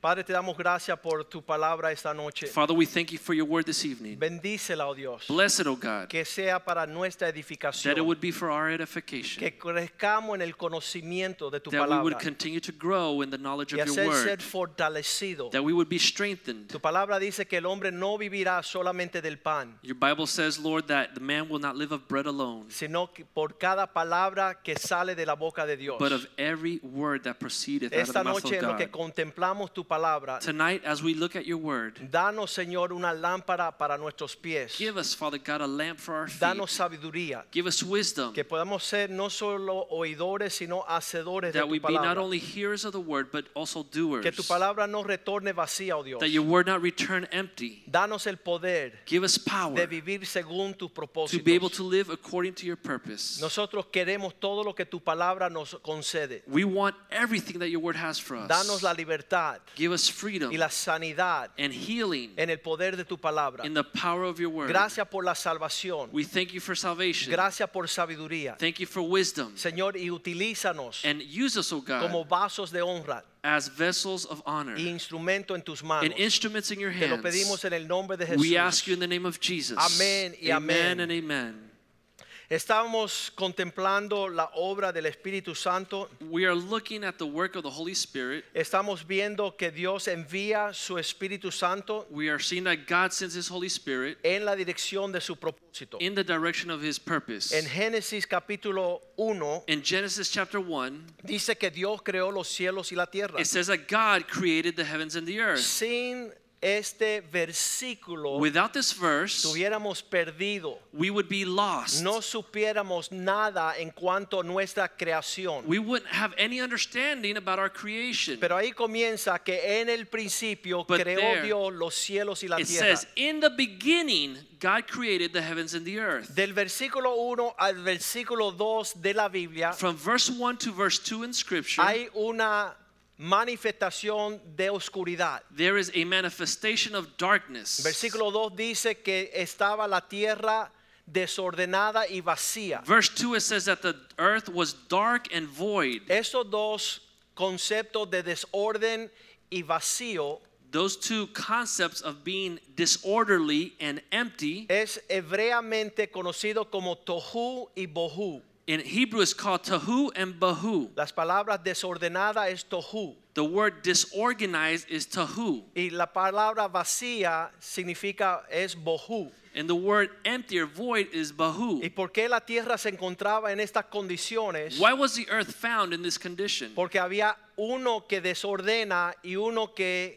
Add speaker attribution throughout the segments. Speaker 1: Padre, te damos gracias por tu palabra esta noche.
Speaker 2: Father, we thank you for your word this evening.
Speaker 1: Bendícela, oh Dios.
Speaker 2: Bless it, O God,
Speaker 1: Que sea para nuestra
Speaker 2: that it
Speaker 1: edificación.
Speaker 2: would be for our edification,
Speaker 1: Que crezcamos en el conocimiento de tu
Speaker 2: that we would
Speaker 1: palabra.
Speaker 2: continue to grow in the knowledge
Speaker 1: Y
Speaker 2: of
Speaker 1: hacer
Speaker 2: your
Speaker 1: ser
Speaker 2: word,
Speaker 1: fortalecido.
Speaker 2: that we would be strengthened.
Speaker 1: Tu palabra dice que el hombre no vivirá solamente del pan,
Speaker 2: Your Bible says, Lord, that the man will not live of bread alone,
Speaker 1: sino que por cada palabra que sale de la boca de Dios.
Speaker 2: but of every word that proceedeth out of
Speaker 1: Esta
Speaker 2: the mouth
Speaker 1: noche
Speaker 2: of
Speaker 1: en lo que
Speaker 2: God.
Speaker 1: contemplamos tu palabra,
Speaker 2: Tonight, as we look at your word,
Speaker 1: danos, Señor, una lámpara para nuestros pies.
Speaker 2: give us, Father God, a lamp for our
Speaker 1: Danos
Speaker 2: feet.
Speaker 1: sabiduría.
Speaker 2: Give us wisdom
Speaker 1: Que podamos ser no solo oidores, sino hacedores de
Speaker 2: that we
Speaker 1: tu
Speaker 2: be not
Speaker 1: palabra.
Speaker 2: only hearers of the word, but also doers.
Speaker 1: Que tu palabra no retorne vacía, oh Dios.
Speaker 2: That your word not return empty.
Speaker 1: Danos el poder
Speaker 2: Give us power
Speaker 1: de vivir según tus
Speaker 2: to be able
Speaker 1: propósitos.
Speaker 2: to live according to your purpose.
Speaker 1: Nosotros queremos todo lo que tu palabra nos concede.
Speaker 2: We want everything that your word has for us.
Speaker 1: Danos la libertad
Speaker 2: Give us freedom
Speaker 1: y la sanidad
Speaker 2: and healing
Speaker 1: en el poder de tu palabra.
Speaker 2: in the power of your word.
Speaker 1: Gracias por la salvación.
Speaker 2: We thank you for salvation.
Speaker 1: Gracias por sabiduría.
Speaker 2: Thank you for wisdom.
Speaker 1: Señor, y utilízanos
Speaker 2: And use us, O God,
Speaker 1: como vasos de honra
Speaker 2: as vessels of honor
Speaker 1: y instrumento en tus
Speaker 2: and
Speaker 1: manos.
Speaker 2: instruments in your
Speaker 1: Te lo
Speaker 2: hands.
Speaker 1: pedimos en el nombre de
Speaker 2: We ask you
Speaker 1: Jesús.
Speaker 2: in the name of Jesus.
Speaker 1: Amén y amén.
Speaker 2: amen and amen.
Speaker 1: Estábamos contemplando la obra del Espíritu Santo
Speaker 2: We are looking at the work of the Holy Spirit.
Speaker 1: Estamos viendo que Dios envía su Espíritu Santo
Speaker 2: We are seeing that God sends His Holy Spirit
Speaker 1: en la dirección de su propósito.
Speaker 2: in the direction of His purpose.
Speaker 1: En Génesis capítulo 1
Speaker 2: In Genesis chapter 1,
Speaker 1: dice que Dios creó los cielos y la tierra.
Speaker 2: it says that God created the heavens and the earth.
Speaker 1: Sin este versículo
Speaker 2: Without this verse,
Speaker 1: estuviéramos perdido.
Speaker 2: we would be lost.
Speaker 1: No supiéramos nada en cuanto a nuestra creación.
Speaker 2: We wouldn't have any understanding about our creation.
Speaker 1: Pero ahí comienza que en el principio
Speaker 2: But
Speaker 1: creó
Speaker 2: there,
Speaker 1: Dios los cielos y la
Speaker 2: It
Speaker 1: tierra.
Speaker 2: says, In the beginning, God created the heavens and the earth.
Speaker 1: Del versículo 1 al versículo 2 de la Biblia
Speaker 2: From verse 1 to verse 2 in Scripture,
Speaker 1: hay una manifestación de oscuridad.
Speaker 2: there is a manifestation of darkness.
Speaker 1: Versículo 2 dice que estaba la tierra desordenada y vacía.
Speaker 2: Verse 2, it says that the earth was dark and void.
Speaker 1: Estos dos conceptos de desorden y vacío
Speaker 2: Those two concepts of being disorderly and empty
Speaker 1: es hebreamente conocido como tohu y bohu.
Speaker 2: in Hebrew is called tahu and bahu.
Speaker 1: Las palabras desordenada es tohu
Speaker 2: The word disorganized is tahu,
Speaker 1: y la palabra vacía significa es bohu.
Speaker 2: and the word empty or void is bahu.
Speaker 1: ¿Y por qué la tierra se encontraba en estas condiciones?
Speaker 2: Why was the earth found in this condition?
Speaker 1: Porque había uno que desordena y uno que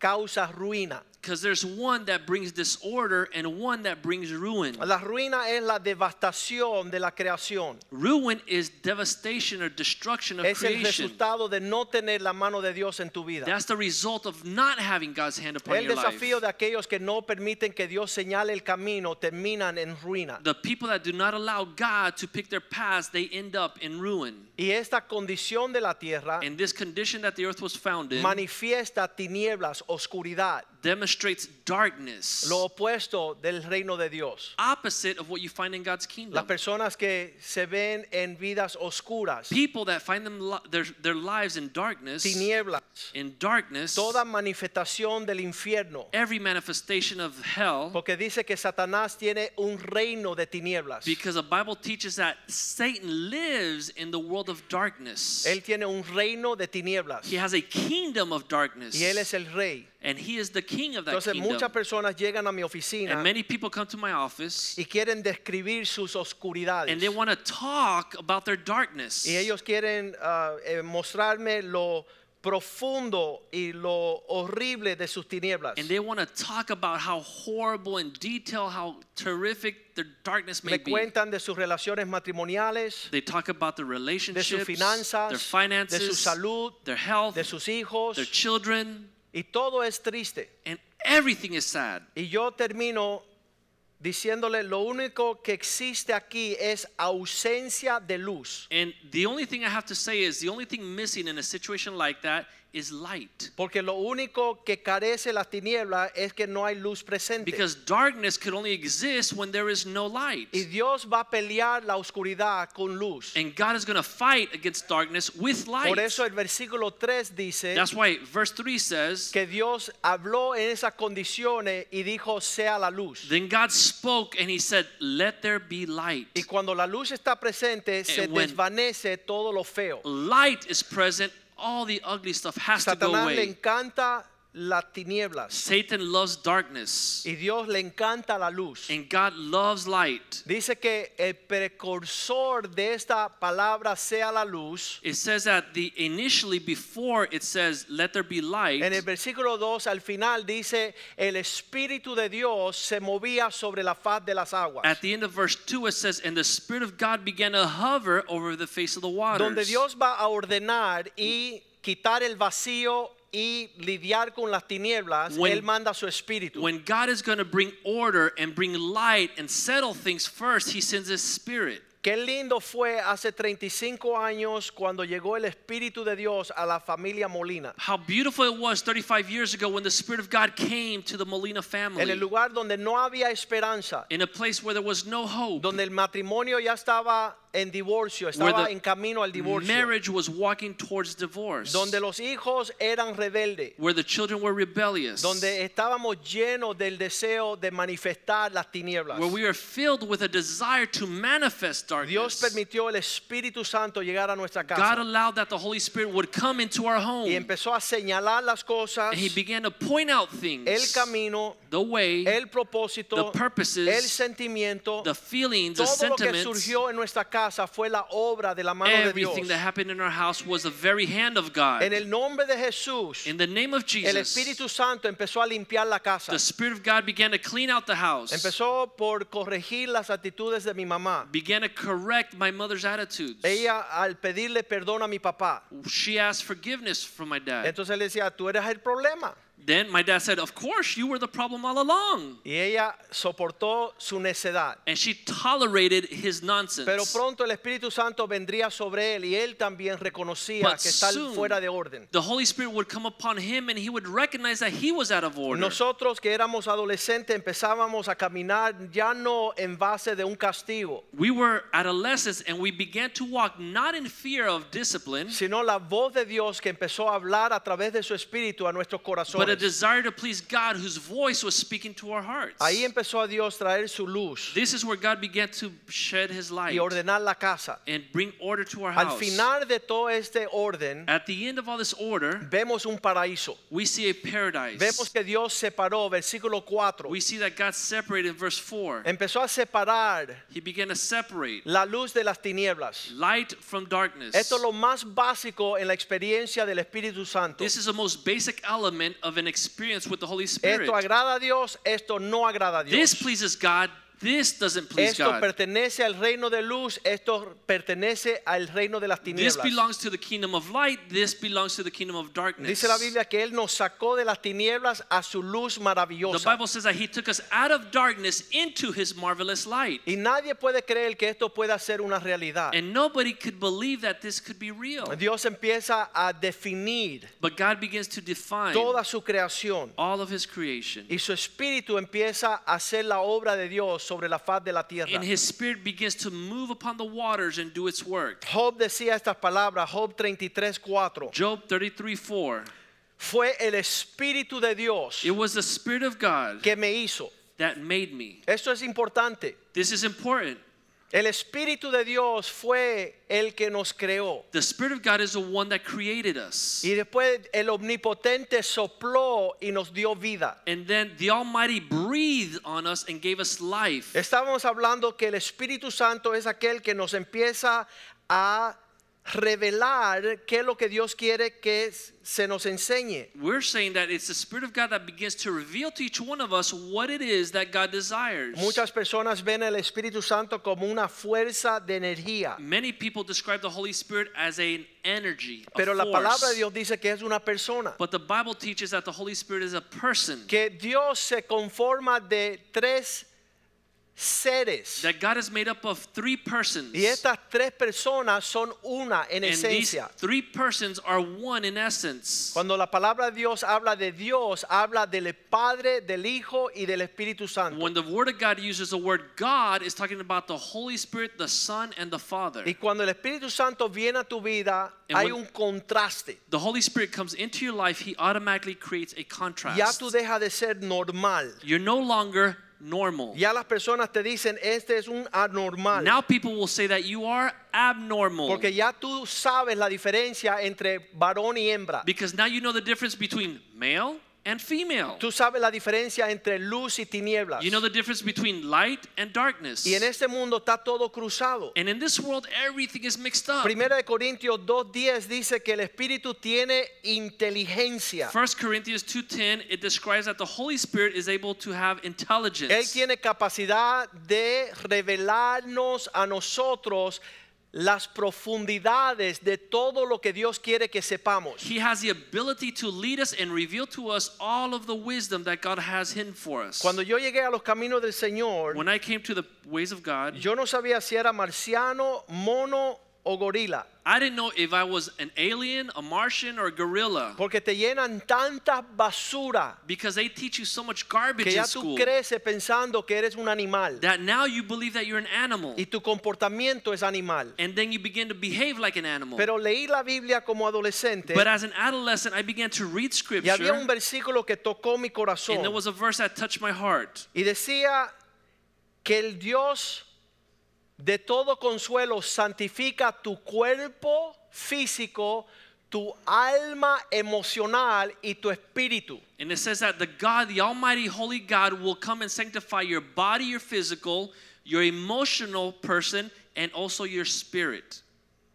Speaker 1: causa ruina.
Speaker 2: Because there's one that brings disorder and one that brings ruin.
Speaker 1: La ruina es la devastación de la creación.
Speaker 2: Ruin is devastation or destruction of
Speaker 1: Es el
Speaker 2: creation.
Speaker 1: resultado de no tener la mano de Dios en tu vida.
Speaker 2: That's the result of not having God's hand upon
Speaker 1: El
Speaker 2: your
Speaker 1: desafío
Speaker 2: life.
Speaker 1: de aquellos que no permiten que Dios señale el camino terminan en ruina.
Speaker 2: The people that do not allow God to pick their paths, they end up in ruin.
Speaker 1: Y esta condición de la tierra
Speaker 2: And this condition that the earth was found in
Speaker 1: manifiesta tinieblas, oscuridad,
Speaker 2: demonstrates darkness,
Speaker 1: lo opuesto del reino de Dios.
Speaker 2: opposite of what you find in God's
Speaker 1: Las
Speaker 2: kingdom.
Speaker 1: personas que se ven en vidas oscuras,
Speaker 2: People that find them li- their, their lives in darkness,
Speaker 1: tinieblas,
Speaker 2: in darkness,
Speaker 1: toda manifestación del infierno.
Speaker 2: every manifestation of hell,
Speaker 1: Porque dice que Satanás tiene un reino de tinieblas.
Speaker 2: because the Bible teaches that Satan lives in the world of darkness.
Speaker 1: Él tiene un reino de tinieblas.
Speaker 2: He has a kingdom of darkness,
Speaker 1: Y él es el rey.
Speaker 2: and he is the king of that
Speaker 1: Entonces muchas
Speaker 2: kingdom.
Speaker 1: personas llegan a mi oficina
Speaker 2: And many people come to my office,
Speaker 1: y quieren describir sus oscuridades.
Speaker 2: and they want to talk about their darkness.
Speaker 1: Y ellos quieren ah, eh, mostrarme lo profundo y lo horrible de sus tinieblas.
Speaker 2: And they want to talk about how horrible in detail, how terrific their darkness may
Speaker 1: Me
Speaker 2: be.
Speaker 1: cuentan de sus relaciones matrimoniales,
Speaker 2: They talk about their
Speaker 1: de sus
Speaker 2: relationships, their
Speaker 1: finanzas, de
Speaker 2: finances,
Speaker 1: su salud,
Speaker 2: their health,
Speaker 1: de sus hijos.
Speaker 2: their children,
Speaker 1: Y todo es triste.
Speaker 2: and everything is sad.
Speaker 1: Y yo termino diciéndole lo único que existe aquí es ausencia de luz.
Speaker 2: And the only thing I have to say is the only thing missing in a situation like that is light.
Speaker 1: Porque lo único que carece las tinieblas es que no hay luz presente.
Speaker 2: Because darkness could only exist when there is no light.
Speaker 1: y Dios va a pelear la oscuridad con luz.
Speaker 2: And God is going to fight against darkness with light.
Speaker 1: Por eso el versículo 3 dice
Speaker 2: That's why verse 3 says,
Speaker 1: que Dios habló en esas condiciones y dijo sea la luz.
Speaker 2: Then God spoke and he said, Let there be light.
Speaker 1: Y cuando la luz está presente se
Speaker 2: when-
Speaker 1: desvanece todo lo feo.
Speaker 2: Light is present, all the ugly stuff has to go
Speaker 1: Satanás le
Speaker 2: away.
Speaker 1: encanta las tinieblas
Speaker 2: Satan loves darkness,
Speaker 1: y Dios le encanta la luz.
Speaker 2: and God loves light.
Speaker 1: Dice que el precursor de esta palabra sea la luz.
Speaker 2: It says that the initially before it says, Let there be light.
Speaker 1: En el versículo 2 al final dice, el Espíritu de Dios se movía sobre la faz de las aguas.
Speaker 2: At the end of verse 2, it says, And the Spirit of God began to hover over the face of the waters.
Speaker 1: Donde Dios va a ordenar y quitar el vacío y lidiar con las tinieblas,
Speaker 2: When-
Speaker 1: Él manda su Espíritu.
Speaker 2: when God is going to bring order and bring light and settle things first, He sends His Spirit.
Speaker 1: Qué lindo fue hace 35 años cuando llegó el Espíritu de Dios a la familia Molina.
Speaker 2: How beautiful it was 35 years ago when the Spirit of God came to the Molina family
Speaker 1: En el lugar donde no había esperanza.
Speaker 2: in a place where there was no hope.
Speaker 1: donde el matrimonio ya estaba en divorcio, estaba
Speaker 2: the
Speaker 1: en camino al divorcio,
Speaker 2: Marriage was walking towards divorce.
Speaker 1: donde los hijos eran rebeldes,
Speaker 2: where the children were rebellious.
Speaker 1: donde estábamos llenos del deseo de manifestar las tinieblas.
Speaker 2: where we are filled with a desire to manifest
Speaker 1: Dios
Speaker 2: darkness.
Speaker 1: permitió el Espíritu Santo llegar a nuestra
Speaker 2: God
Speaker 1: casa
Speaker 2: allowed that the Holy Spirit would come into our home.
Speaker 1: y empezó a señalar las cosas,
Speaker 2: and He began to point out things.
Speaker 1: el camino,
Speaker 2: the way,
Speaker 1: el propósito,
Speaker 2: the purposes,
Speaker 1: el sentimiento.
Speaker 2: the feelings, the
Speaker 1: Todo lo que
Speaker 2: sentiments.
Speaker 1: surgió en nuestra casa fue la obra de la mano de Dios.
Speaker 2: Everything that happened in our house was the very hand of God.
Speaker 1: En el nombre de Jesús,
Speaker 2: in the name of
Speaker 1: el
Speaker 2: Jesus,
Speaker 1: Espíritu Santo empezó a limpiar la casa.
Speaker 2: the Spirit of God began to clean out the house,
Speaker 1: Empezó por corregir las actitudes de mi mamá.
Speaker 2: began to correct my mother's attitudes.
Speaker 1: Ella al pedirle perdón a mi papá.
Speaker 2: she asked forgiveness from my dad.
Speaker 1: Entonces le decía, tú eres el problema.
Speaker 2: then my dad said, Of course, you were the problem all along.
Speaker 1: Y ella soportó su necedad.
Speaker 2: And she tolerated his nonsense.
Speaker 1: Pero pronto el Espíritu Santo vendría sobre él y él también reconocía
Speaker 2: But
Speaker 1: que está
Speaker 2: soon,
Speaker 1: fuera de orden.
Speaker 2: the Holy Spirit would come upon him and he would recognize that he was out of order.
Speaker 1: Nosotros que éramos adolescentes empezábamos a caminar ya no en base de un castigo,
Speaker 2: we were adolescents and we began to walk not in fear of discipline,
Speaker 1: sino la voz de Dios que empezó a hablar a través de su espíritu a nuestros
Speaker 2: but a
Speaker 1: corazones.
Speaker 2: desire to please God whose voice was speaking to our hearts.
Speaker 1: Ahí empezó a Dios traer su luz
Speaker 2: this is where God began to shed his light
Speaker 1: y ordenar la casa.
Speaker 2: and bring order to our
Speaker 1: Al
Speaker 2: house.
Speaker 1: final de todo este orden,
Speaker 2: At the end of all this order,
Speaker 1: vemos un paraíso.
Speaker 2: we see a paradise.
Speaker 1: Vemos que Dios separó, versículo 4.
Speaker 2: we see that God separated in verse 4.
Speaker 1: Empezó a separar
Speaker 2: he began to separate
Speaker 1: la luz de las tinieblas.
Speaker 2: light from darkness.
Speaker 1: Esto es lo más básico en la experiencia del Espíritu Santo.
Speaker 2: this is the most basic element of an experience with the Holy Spirit.
Speaker 1: Esto agrada a Dios, esto no agrada a
Speaker 2: this
Speaker 1: Dios.
Speaker 2: pleases God. This doesn't please
Speaker 1: Esto
Speaker 2: God.
Speaker 1: pertenece al reino de luz, esto pertenece al reino de las
Speaker 2: This
Speaker 1: tinieblas.
Speaker 2: belongs to the kingdom of light. This belongs to the kingdom of darkness.
Speaker 1: Dice la Biblia que Él nos sacó de las tinieblas a su luz
Speaker 2: The
Speaker 1: maravillosa.
Speaker 2: Bible says that he took us out of darkness into his marvelous light.
Speaker 1: Y nadie puede creer que esto pueda ser una realidad.
Speaker 2: And nobody could believe that this could be real.
Speaker 1: Dios empieza a definir
Speaker 2: But God begins to define
Speaker 1: toda su creación
Speaker 2: all of his creation.
Speaker 1: y su espíritu empieza a hacer la obra de Dios sobre la faz de la tierra.
Speaker 2: And his spirit begins to move upon the waters and do its work.
Speaker 1: Job decía estas palabras, Job 33, 4.
Speaker 2: Job 33 4.
Speaker 1: Fue el espíritu de Dios
Speaker 2: It was the spirit of God
Speaker 1: que me hizo.
Speaker 2: that made me.
Speaker 1: Esto es importante.
Speaker 2: This is important.
Speaker 1: El espíritu de Dios fue el que nos creó.
Speaker 2: The spirit of God is the one that created us.
Speaker 1: Y después el omnipotente sopló y nos dio vida.
Speaker 2: And then the Almighty breathed on us and gave us life.
Speaker 1: Estábamos hablando que el Espíritu Santo es aquel que nos empieza a revelar qué es lo que Dios quiere que s- se nos enseñe.
Speaker 2: We're saying that it's the Spirit of God that begins to reveal to each one of us what it is that God desires.
Speaker 1: Muchas personas ven al Espíritu Santo como una fuerza de energía,
Speaker 2: Many people describe the Holy Spirit as an energy. a
Speaker 1: pero la
Speaker 2: force.
Speaker 1: palabra de Dios dice que es una persona.
Speaker 2: But the Bible teaches that the Holy Spirit is a person.
Speaker 1: Que Dios se conforma de tres seres.
Speaker 2: that God is made up of three persons.
Speaker 1: Y estas tres personas son una en
Speaker 2: and these
Speaker 1: esencia.
Speaker 2: three persons are one in essence.
Speaker 1: Cuando la palabra de Dios habla de Dios, habla del Padre, del Hijo y del Espíritu Santo.
Speaker 2: When the Word of God uses the word God, it's talking about the Holy Spirit, the Son, and the Father.
Speaker 1: Y cuando el Espíritu Santo viene a tu vida,
Speaker 2: And
Speaker 1: hay
Speaker 2: when-
Speaker 1: un contraste.
Speaker 2: The Holy Spirit comes into your life, He automatically creates a
Speaker 1: Ya
Speaker 2: contrast.
Speaker 1: tú dejas de ser normal.
Speaker 2: You're no longer normal.
Speaker 1: Ya las personas te dicen, este es un anormal.
Speaker 2: Now people will say that you are abnormal
Speaker 1: Porque ya tú sabes la diferencia entre varón y hembra.
Speaker 2: because now you know the difference between male and female.
Speaker 1: Tú sabes la diferencia entre luz y tinieblas.
Speaker 2: You know the difference between light and darkness.
Speaker 1: Y en este mundo está todo cruzado.
Speaker 2: And in this world, everything is mixed up.
Speaker 1: Primera de Corintios 2.10 dice que el Espíritu tiene inteligencia.
Speaker 2: 1 Corinthians 2:10 it describes that the Holy Spirit is able to have
Speaker 1: Él
Speaker 2: intelligence.
Speaker 1: tiene capacidad de revelarnos a nosotros las profundidades de todo lo que Dios quiere que sepamos.
Speaker 2: He has the ability to lead us and reveal to us all of the wisdom that God has hidden for us.
Speaker 1: Cuando yo llegué a los caminos del Señor,
Speaker 2: When I came to the ways of God,
Speaker 1: yo no sabía si era marciano, mono o gorila,
Speaker 2: I didn't know if I was an alien, a Martian, or a gorilla
Speaker 1: porque te llenan tanta basura
Speaker 2: because they teach you so much garbage
Speaker 1: que ya
Speaker 2: in
Speaker 1: tú
Speaker 2: school
Speaker 1: creces pensando que eres un animal
Speaker 2: that now you believe that you're an animal
Speaker 1: y tu comportamiento es animal.
Speaker 2: and then you begin to behave like an animal.
Speaker 1: Pero leí la Biblia como adolescente
Speaker 2: But as an adolescent, I began to read
Speaker 1: y había un
Speaker 2: scripture
Speaker 1: versículo que tocó mi corazón.
Speaker 2: and there was a verse that touched my heart.
Speaker 1: Y decía que el Dios de todo consuelo santifica tu cuerpo físico, tu alma emocional y tu espíritu.
Speaker 2: And it says that the God, the Almighty Holy God, will come and sanctify your body, your physical, your emotional person, and also your spirit.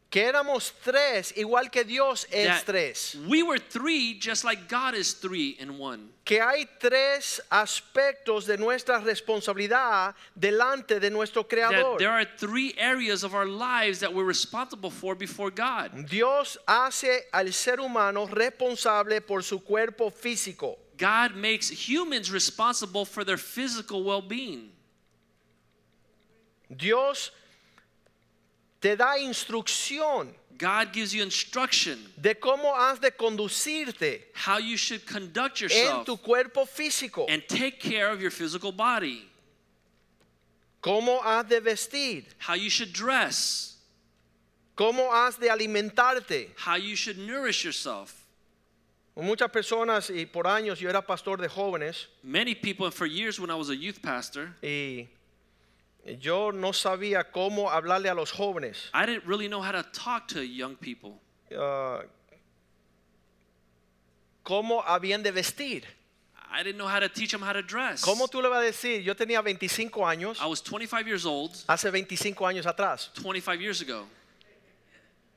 Speaker 1: Que éramos tres, igual que Dios es
Speaker 2: That
Speaker 1: tres.
Speaker 2: We were three, just like God is three in one.
Speaker 1: Que hay tres aspectos de nuestra responsabilidad delante de nuestro
Speaker 2: That
Speaker 1: Creador.
Speaker 2: there are three areas of our lives that we're responsible for before God.
Speaker 1: Dios hace al ser humano responsable por su cuerpo físico.
Speaker 2: God makes humans responsible for their physical well being.
Speaker 1: Dios te da instrucción
Speaker 2: God gives you instruction
Speaker 1: de cómo has de conducirte
Speaker 2: how you should conduct
Speaker 1: en
Speaker 2: yourself
Speaker 1: tu cuerpo físico,
Speaker 2: and take care of your physical body,
Speaker 1: cómo has de vestir,
Speaker 2: how you should dress.
Speaker 1: cómo has de alimentarte.
Speaker 2: how you should nourish yourself.
Speaker 1: Muchas personas, y por años yo era pastor de jóvenes,
Speaker 2: Many people, and for years when I was a youth pastor,
Speaker 1: y yo no sabía cómo hablarle a los jóvenes.
Speaker 2: I didn't really know how to talk to young people,
Speaker 1: ah, ¿Cómo habían de vestir?
Speaker 2: I didn't know how to teach them how to dress.
Speaker 1: ¿Cómo tú le vas a decir? Yo tenía 25 años,
Speaker 2: I was 25 years old,
Speaker 1: hace 25 años atrás.
Speaker 2: 25 years ago.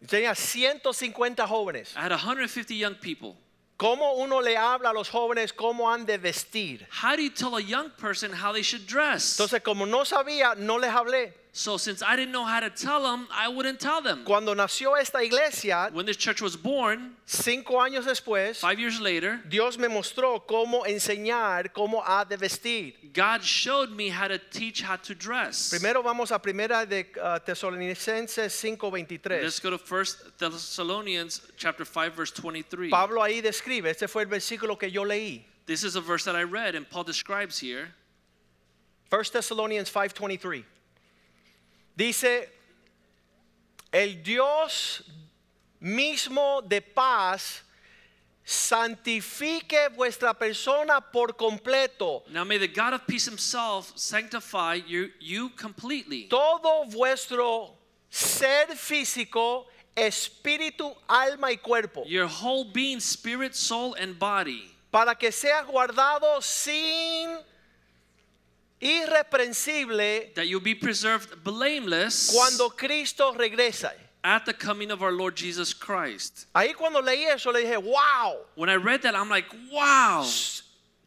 Speaker 1: Tenía 150 jóvenes.
Speaker 2: I had 150 young people.
Speaker 1: ¿Cómo uno le habla a los jóvenes cómo han de vestir?
Speaker 2: How do you tell a young person how they should dress?
Speaker 1: Entonces, como no sabía, no les hablé.
Speaker 2: so, since I didn't know how to tell them, I wouldn't tell them.
Speaker 1: Cuando nació esta iglesia,
Speaker 2: When this church was born,
Speaker 1: cinco años después,
Speaker 2: five years later,
Speaker 1: Dios me mostró cómo enseñar cómo ha de vestir.
Speaker 2: God showed me how to teach how to dress.
Speaker 1: Primero vamos a primera de uh, Tesalonicenses
Speaker 2: Let's
Speaker 1: 5:23.
Speaker 2: go to First Thessalonians chapter 5 verse 23.
Speaker 1: Pablo ahí describe, este fue el versículo que yo leí.
Speaker 2: This is a verse that I read, and Paul describes here.
Speaker 1: 1 Thessalonians 5:23. Dice, el Dios mismo de paz santifique vuestra persona por completo,
Speaker 2: Now may the God of peace himself sanctify you, you completely.
Speaker 1: todo vuestro ser físico, espíritu, alma y cuerpo,
Speaker 2: Your whole being, spirit, soul, and body.
Speaker 1: para que seas guardado sin irreprensible
Speaker 2: That you'll be preserved blameless
Speaker 1: cuando Cristo regresa.
Speaker 2: at the coming of our Lord Jesus Christ.
Speaker 1: Ahí cuando leí eso le dije, wow.
Speaker 2: When I read that, I'm like, wow.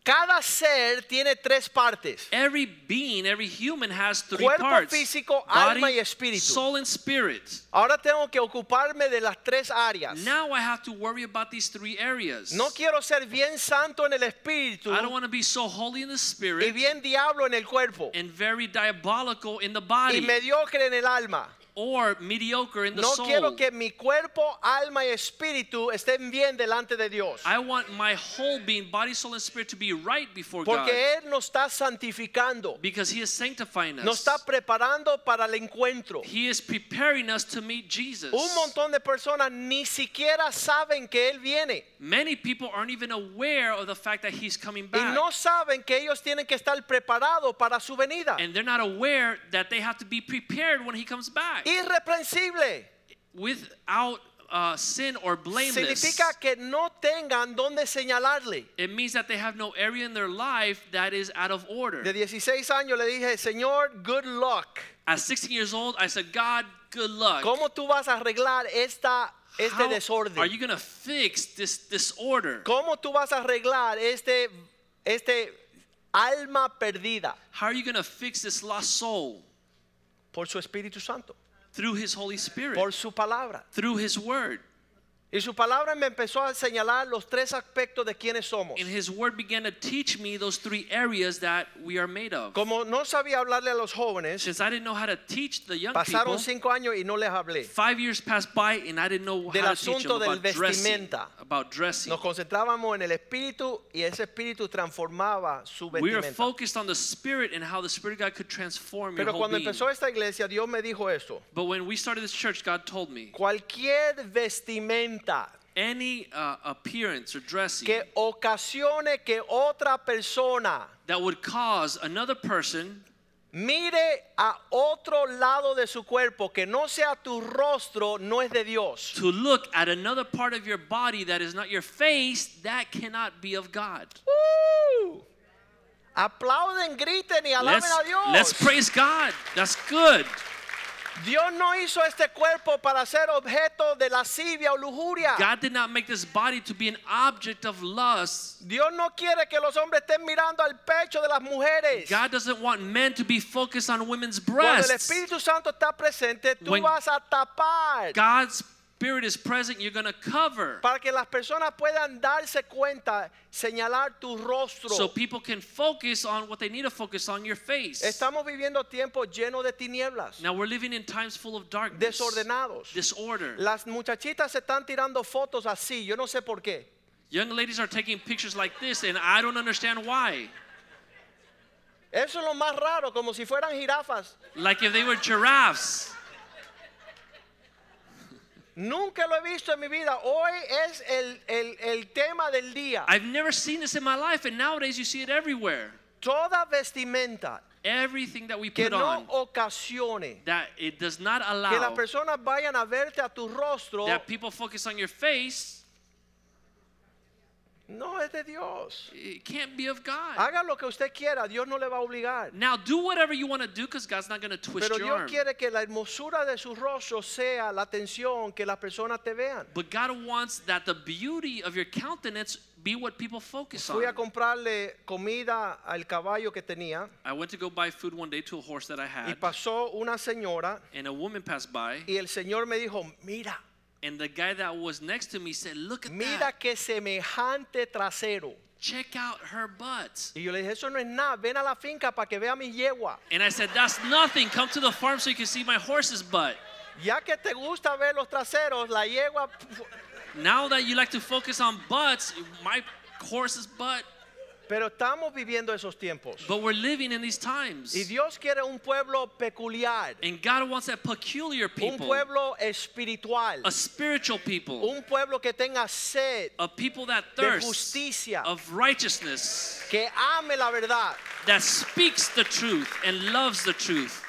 Speaker 1: Cada ser tiene tres partes.
Speaker 2: Every being, every human has three
Speaker 1: Cuerpo
Speaker 2: parts
Speaker 1: físico,
Speaker 2: body,
Speaker 1: alma y espíritu.
Speaker 2: soul, and spirit.
Speaker 1: Ahora tengo que ocuparme de las tres áreas.
Speaker 2: Now I have to worry about these three areas.
Speaker 1: No quiero ser bien santo en el espíritu
Speaker 2: I don't want to be so holy in the
Speaker 1: y
Speaker 2: spirit
Speaker 1: bien diablo en el cuerpo
Speaker 2: and very diabolical in the
Speaker 1: y
Speaker 2: body
Speaker 1: mediocre en el alma.
Speaker 2: or mediocre in the
Speaker 1: No
Speaker 2: soul.
Speaker 1: quiero que mi cuerpo, alma y espíritu estén bien delante de Dios.
Speaker 2: I want my whole being, body, soul, and spirit to be right before God
Speaker 1: Porque Él nos está santificando,
Speaker 2: because He is sanctifying us.
Speaker 1: nos está preparando para el encuentro.
Speaker 2: He is preparing us to meet Jesus.
Speaker 1: Un montón de personas ni siquiera saben que Él viene
Speaker 2: Many people aren't even aware of the fact that He's coming
Speaker 1: y
Speaker 2: back.
Speaker 1: no saben que ellos tienen que estar preparados para su venida.
Speaker 2: and they're not aware that they have to be prepared when He comes back
Speaker 1: Irreprensible.
Speaker 2: without uh, sin or blameless.
Speaker 1: Significa que no tengan dónde señalarle.
Speaker 2: It means that they have no area in their life that is out of order.
Speaker 1: De 16 años le dije, Señor, good luck.
Speaker 2: At 16 years old, I said, God, good luck.
Speaker 1: ¿Cómo tú vas a arreglar esta, este
Speaker 2: How Are
Speaker 1: desorden?
Speaker 2: you going to fix this disorder?
Speaker 1: ¿Cómo tú vas a arreglar este, este alma perdida
Speaker 2: How are you going to fix this lost soul?
Speaker 1: por su Espíritu Santo,
Speaker 2: Through His Holy Spirit,
Speaker 1: por su palabra?
Speaker 2: through His Word.
Speaker 1: Y su palabra me empezó a señalar los tres aspectos de quienes somos.
Speaker 2: And His Word began to teach me those three areas that we are made of.
Speaker 1: Como no sabía hablarle a los jóvenes,
Speaker 2: Since I didn't know how to teach the young
Speaker 1: pasaron
Speaker 2: people,
Speaker 1: cinco años y no les hablé.
Speaker 2: five years passed by and I didn't know
Speaker 1: Del
Speaker 2: how to teach them
Speaker 1: asunto del
Speaker 2: about dressing.
Speaker 1: vestimenta.
Speaker 2: About dressing.
Speaker 1: Nos concentrábamos en el espíritu y ese espíritu transformaba su
Speaker 2: We were
Speaker 1: vestimenta.
Speaker 2: focused on the Spirit and how the Spirit of God could transform your
Speaker 1: Pero
Speaker 2: whole
Speaker 1: cuando
Speaker 2: being.
Speaker 1: empezó esta iglesia, Dios me dijo esto.
Speaker 2: But when we started this church, God told me
Speaker 1: Cualquier vestimenta
Speaker 2: any uh, appearance or dressing
Speaker 1: que ocasione que otra persona
Speaker 2: that would cause another person
Speaker 1: mire a otro lado de su cuerpo que no sea tu rostro, no es de Dios.
Speaker 2: to look at another part of your body that is not your face, that cannot be of God.
Speaker 1: ¡Uh! Aplauden, griten y alaben
Speaker 2: Let's,
Speaker 1: a Dios.
Speaker 2: let's praise God. That's good.
Speaker 1: Dios no hizo este cuerpo para ser objeto de lascivia o lujuria.
Speaker 2: God did not make this body to be an object of lust.
Speaker 1: Dios no quiere que los hombres estén mirando al pecho de las mujeres.
Speaker 2: God doesn't want men to be focused on women's
Speaker 1: Cuando el
Speaker 2: breasts.
Speaker 1: Espíritu Santo está presente, tú
Speaker 2: When
Speaker 1: vas a tapar
Speaker 2: God's spirit is present, you're going to cover.
Speaker 1: para que las personas puedan darse cuenta, señalar tu rostro.
Speaker 2: So people can focus on what they need to focus on your face.
Speaker 1: Estamos viviendo tiempos llenos de tinieblas,
Speaker 2: Now we're living in times full of darkness,
Speaker 1: desordenados.
Speaker 2: disorder.
Speaker 1: Las muchachitas se están tirando fotos así, yo no sé por qué.
Speaker 2: Young ladies are taking pictures like this, and I don't understand why.
Speaker 1: Eso es lo más raro, como si fueran jirafas.
Speaker 2: Like if they were giraffes.
Speaker 1: Nunca lo he visto en mi vida. Hoy es el, el- el tema del día.
Speaker 2: I've never seen this in my life, and nowadays you see it everywhere.
Speaker 1: Toda vestimenta
Speaker 2: Everything that we
Speaker 1: que
Speaker 2: put
Speaker 1: no
Speaker 2: on,
Speaker 1: ocasione
Speaker 2: that it does not
Speaker 1: que las
Speaker 2: allow
Speaker 1: personas vayan a verte a tu rostro,
Speaker 2: that people focus on your face,
Speaker 1: no es de Dios.
Speaker 2: it can't be of God.
Speaker 1: Haga lo que usted quiera, Dios no le va a obligar.
Speaker 2: Now do whatever you want to do, because God's not going to twist
Speaker 1: Pero
Speaker 2: your
Speaker 1: Dios
Speaker 2: arm.
Speaker 1: quiere que la hermosura de su rostro sea la atención que las personas te vean.
Speaker 2: But God wants that the beauty of your countenance be what people focus on.
Speaker 1: Fui a comprarle comida al caballo que tenía
Speaker 2: I went to go buy food one day to a horse that I
Speaker 1: y
Speaker 2: had,
Speaker 1: pasó una señora
Speaker 2: and a woman passed by,
Speaker 1: y el señor me dijo, mira,
Speaker 2: and the guy that was next to me said, "Look at
Speaker 1: mira
Speaker 2: that!
Speaker 1: que semejante trasero.
Speaker 2: Check out her butt."
Speaker 1: Y yo le dije, eso no es nada, ven a la finca para que vea mi yegua.
Speaker 2: And I said, "That's nothing. Come to the farm so you can see my horse's butt."
Speaker 1: Ya que te gusta ver los traseros, la yegua...
Speaker 2: Now that you like to focus on butts, my horse's butt.
Speaker 1: Pero estamos viviendo esos tiempos.
Speaker 2: But we're living in these times,
Speaker 1: Y Dios quiere un pueblo peculiar,
Speaker 2: and God wants that peculiar
Speaker 1: un
Speaker 2: people,
Speaker 1: pueblo espiritual,
Speaker 2: a spiritual people,
Speaker 1: un pueblo que tenga sed
Speaker 2: a people that
Speaker 1: de
Speaker 2: thirst
Speaker 1: justicia,
Speaker 2: of righteousness.
Speaker 1: que ame la verdad.
Speaker 2: that speaks the truth and loves the truth.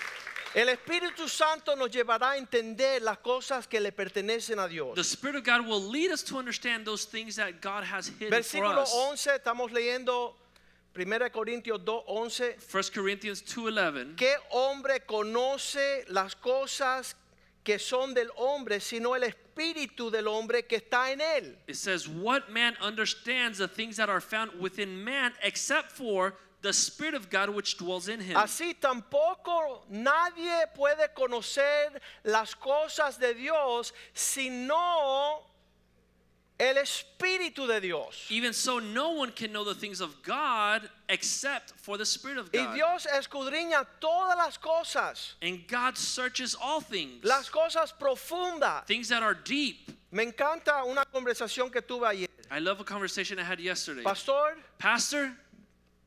Speaker 1: El Espíritu Santo nos llevará a entender las cosas que le pertenecen a
Speaker 2: The
Speaker 1: Dios.
Speaker 2: Spirit of God will lead us to understand those things that God has hidden for
Speaker 1: Versículo
Speaker 2: us.
Speaker 1: 11, estamos leyendo 1 Corintios 2, 11.
Speaker 2: 1 Corinthians 2.11
Speaker 1: ¿Qué hombre conoce las cosas que son del hombre, sino el espíritu del hombre que está en él.
Speaker 2: It says, What man understands the things that are found within man except for the Spirit of God which dwells in him?
Speaker 1: Así tampoco nadie puede conocer las cosas de Dios sino el espíritu de Dios.
Speaker 2: Even so, no one can know the things of God except for the Spirit of
Speaker 1: Y
Speaker 2: God.
Speaker 1: Dios escudriña todas las cosas,
Speaker 2: And God searches all things,
Speaker 1: las cosas profundas.
Speaker 2: things that are deep.
Speaker 1: Me encanta una conversación que tuve ayer.
Speaker 2: I love a conversation I had yesterday.
Speaker 1: Pastor,
Speaker 2: Pastor,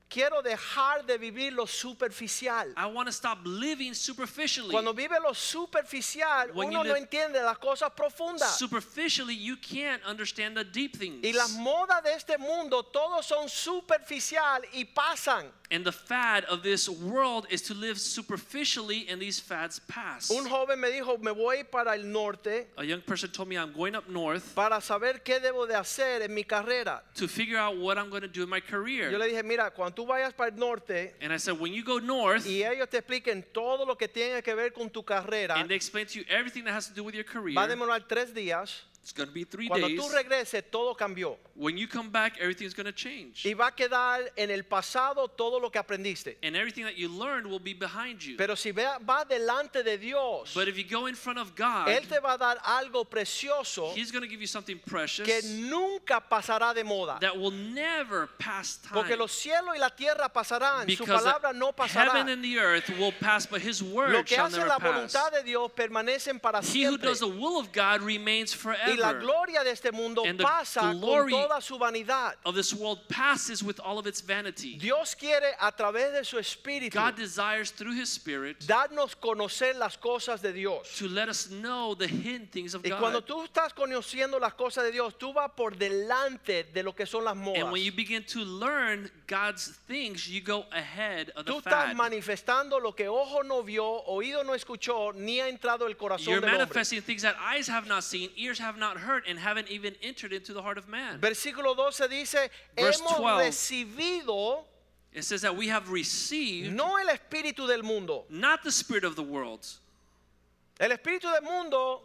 Speaker 1: quiero dejar de vivir lo superficial.
Speaker 2: I want to stop living superficially.
Speaker 1: Cuando vive lo superficial,
Speaker 2: When
Speaker 1: uno
Speaker 2: you
Speaker 1: no
Speaker 2: live-
Speaker 1: entiende las cosas profundas.
Speaker 2: Superficially, you can't understand the deep things.
Speaker 1: Y las modas de este mundo, todos son superficial y pasan.
Speaker 2: And the fad of this world is to live superficially, and these fads pass.
Speaker 1: Un joven me dijo, me voy para el norte
Speaker 2: A young person told me I'm going up north
Speaker 1: para saber qué debo de hacer en mi carrera.
Speaker 2: to figure out what I'm going to do in my
Speaker 1: Yo
Speaker 2: career.
Speaker 1: le dije, mira, cuando tú vayas para el norte
Speaker 2: And I said, when you go north
Speaker 1: y ellos te expliquen todo lo que tiene que ver con tu carrera,
Speaker 2: and they explain to you everything that has to do with your career,
Speaker 1: va a demorar tres días.
Speaker 2: it's going to be three
Speaker 1: Cuando
Speaker 2: days.
Speaker 1: tú regreses, todo cambió.
Speaker 2: When you come back, everything's going to change.
Speaker 1: Y va a quedar en el pasado todo lo que aprendiste.
Speaker 2: And everything that you learned will be behind you.
Speaker 1: Pero si va, va delante de Dios,
Speaker 2: But if you go in front of God,
Speaker 1: Él te va a dar algo precioso
Speaker 2: He's going to give you something
Speaker 1: que
Speaker 2: precious
Speaker 1: nunca pasará de moda.
Speaker 2: that will never pass time.
Speaker 1: Porque los cielos y la tierra pasarán, su
Speaker 2: because
Speaker 1: palabra no pasará.
Speaker 2: heaven and the earth will pass, but His
Speaker 1: Lo
Speaker 2: word
Speaker 1: que
Speaker 2: shall
Speaker 1: hace
Speaker 2: never
Speaker 1: la
Speaker 2: pass.
Speaker 1: voluntad de Dios permanecen para
Speaker 2: He who
Speaker 1: siempre.
Speaker 2: does the will of God remains
Speaker 1: Y la
Speaker 2: forever.
Speaker 1: gloria de este mundo
Speaker 2: And the
Speaker 1: pasa con
Speaker 2: glory
Speaker 1: toda su vanidad.
Speaker 2: Of this world passes with all of its vanity.
Speaker 1: Dios quiere a través de su espíritu
Speaker 2: God desires through His Spirit
Speaker 1: darnos conocer las cosas de Dios.
Speaker 2: to let us know the hidden things of
Speaker 1: Y cuando
Speaker 2: God.
Speaker 1: tú estás conociendo las cosas de Dios, tú vas por delante de lo que son las modas.
Speaker 2: And when you begin to learn God's things, you go ahead of
Speaker 1: Tú
Speaker 2: the
Speaker 1: estás
Speaker 2: fad.
Speaker 1: manifestando lo que ojo no vio, oído no escuchó, ni ha entrado el corazón
Speaker 2: You're
Speaker 1: del hombre.
Speaker 2: manifesting things that eyes have not seen, ears have not heard, and haven't even entered into the heart of man.
Speaker 1: Versículo 12 dice,
Speaker 2: Verse
Speaker 1: hemos
Speaker 2: 12.
Speaker 1: recibido
Speaker 2: It says that we have received
Speaker 1: no el espíritu del mundo.
Speaker 2: not the spirit of the world.
Speaker 1: El espíritu del mundo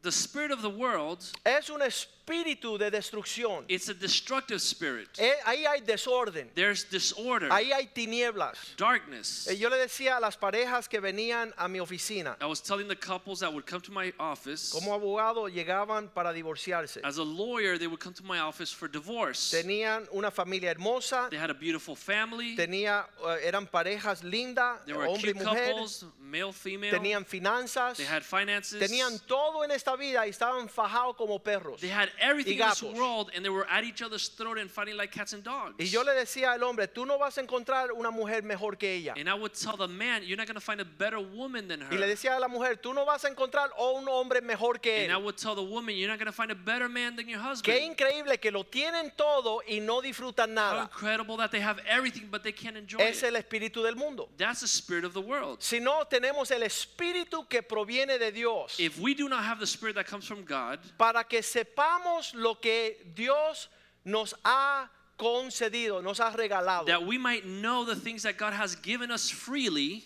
Speaker 2: The spirit of the world,
Speaker 1: es un espíritu de destrucción.
Speaker 2: it's a destructive spirit.
Speaker 1: Eh, Ahí hay desorden,
Speaker 2: There's disorder,
Speaker 1: ahí hay tinieblas.
Speaker 2: darkness.
Speaker 1: Eh, Yo le decía a las parejas que venían a mi oficina,
Speaker 2: I was telling the couples that would come to my office.
Speaker 1: como abogado llegaban para divorciarse.
Speaker 2: As a lawyer, they would come to my office for divorce.
Speaker 1: Tenían una familia hermosa,
Speaker 2: They had a beautiful family.
Speaker 1: tenía, eh, eran parejas lindas,
Speaker 2: There were
Speaker 1: hombre y
Speaker 2: cute
Speaker 1: mujer.
Speaker 2: couples, male, female.
Speaker 1: tenían finanzas,
Speaker 2: They had finances.
Speaker 1: tenían todo en esta vida y estaban fajados como perros.
Speaker 2: They had everything in this
Speaker 1: gatos.
Speaker 2: world, and they were at each other's throat and fighting like cats and dogs.
Speaker 1: Y yo le decía al hombre, tú no vas a encontrar una mujer mejor que ella.
Speaker 2: and I would tell the man, you're not going to find a better woman than her.
Speaker 1: Y le decía a la mujer, tú no vas a encontrar o un hombre mejor que
Speaker 2: and I
Speaker 1: él.
Speaker 2: would tell the woman, you're not going to find a better man than your husband.
Speaker 1: Qué increíble que lo tienen todo y no disfrutan
Speaker 2: How
Speaker 1: nada.
Speaker 2: incredible that they have everything, but they can't enjoy
Speaker 1: Es
Speaker 2: it.
Speaker 1: el espíritu del mundo.
Speaker 2: That's the spirit of the world.
Speaker 1: Si no tenemos el espíritu que proviene de Dios,
Speaker 2: If we do not have the spirit that comes from God,
Speaker 1: para que sepamos lo que Dios nos ha concedido, nos ha regalado.
Speaker 2: that we might know the things that God has given us freely,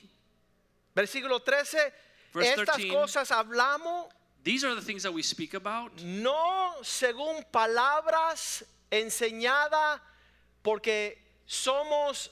Speaker 1: Versículo 13,
Speaker 2: Verse
Speaker 1: estas
Speaker 2: 13.
Speaker 1: cosas hablamos
Speaker 2: these are the things that we speak about,
Speaker 1: no según palabras enseñadas porque somos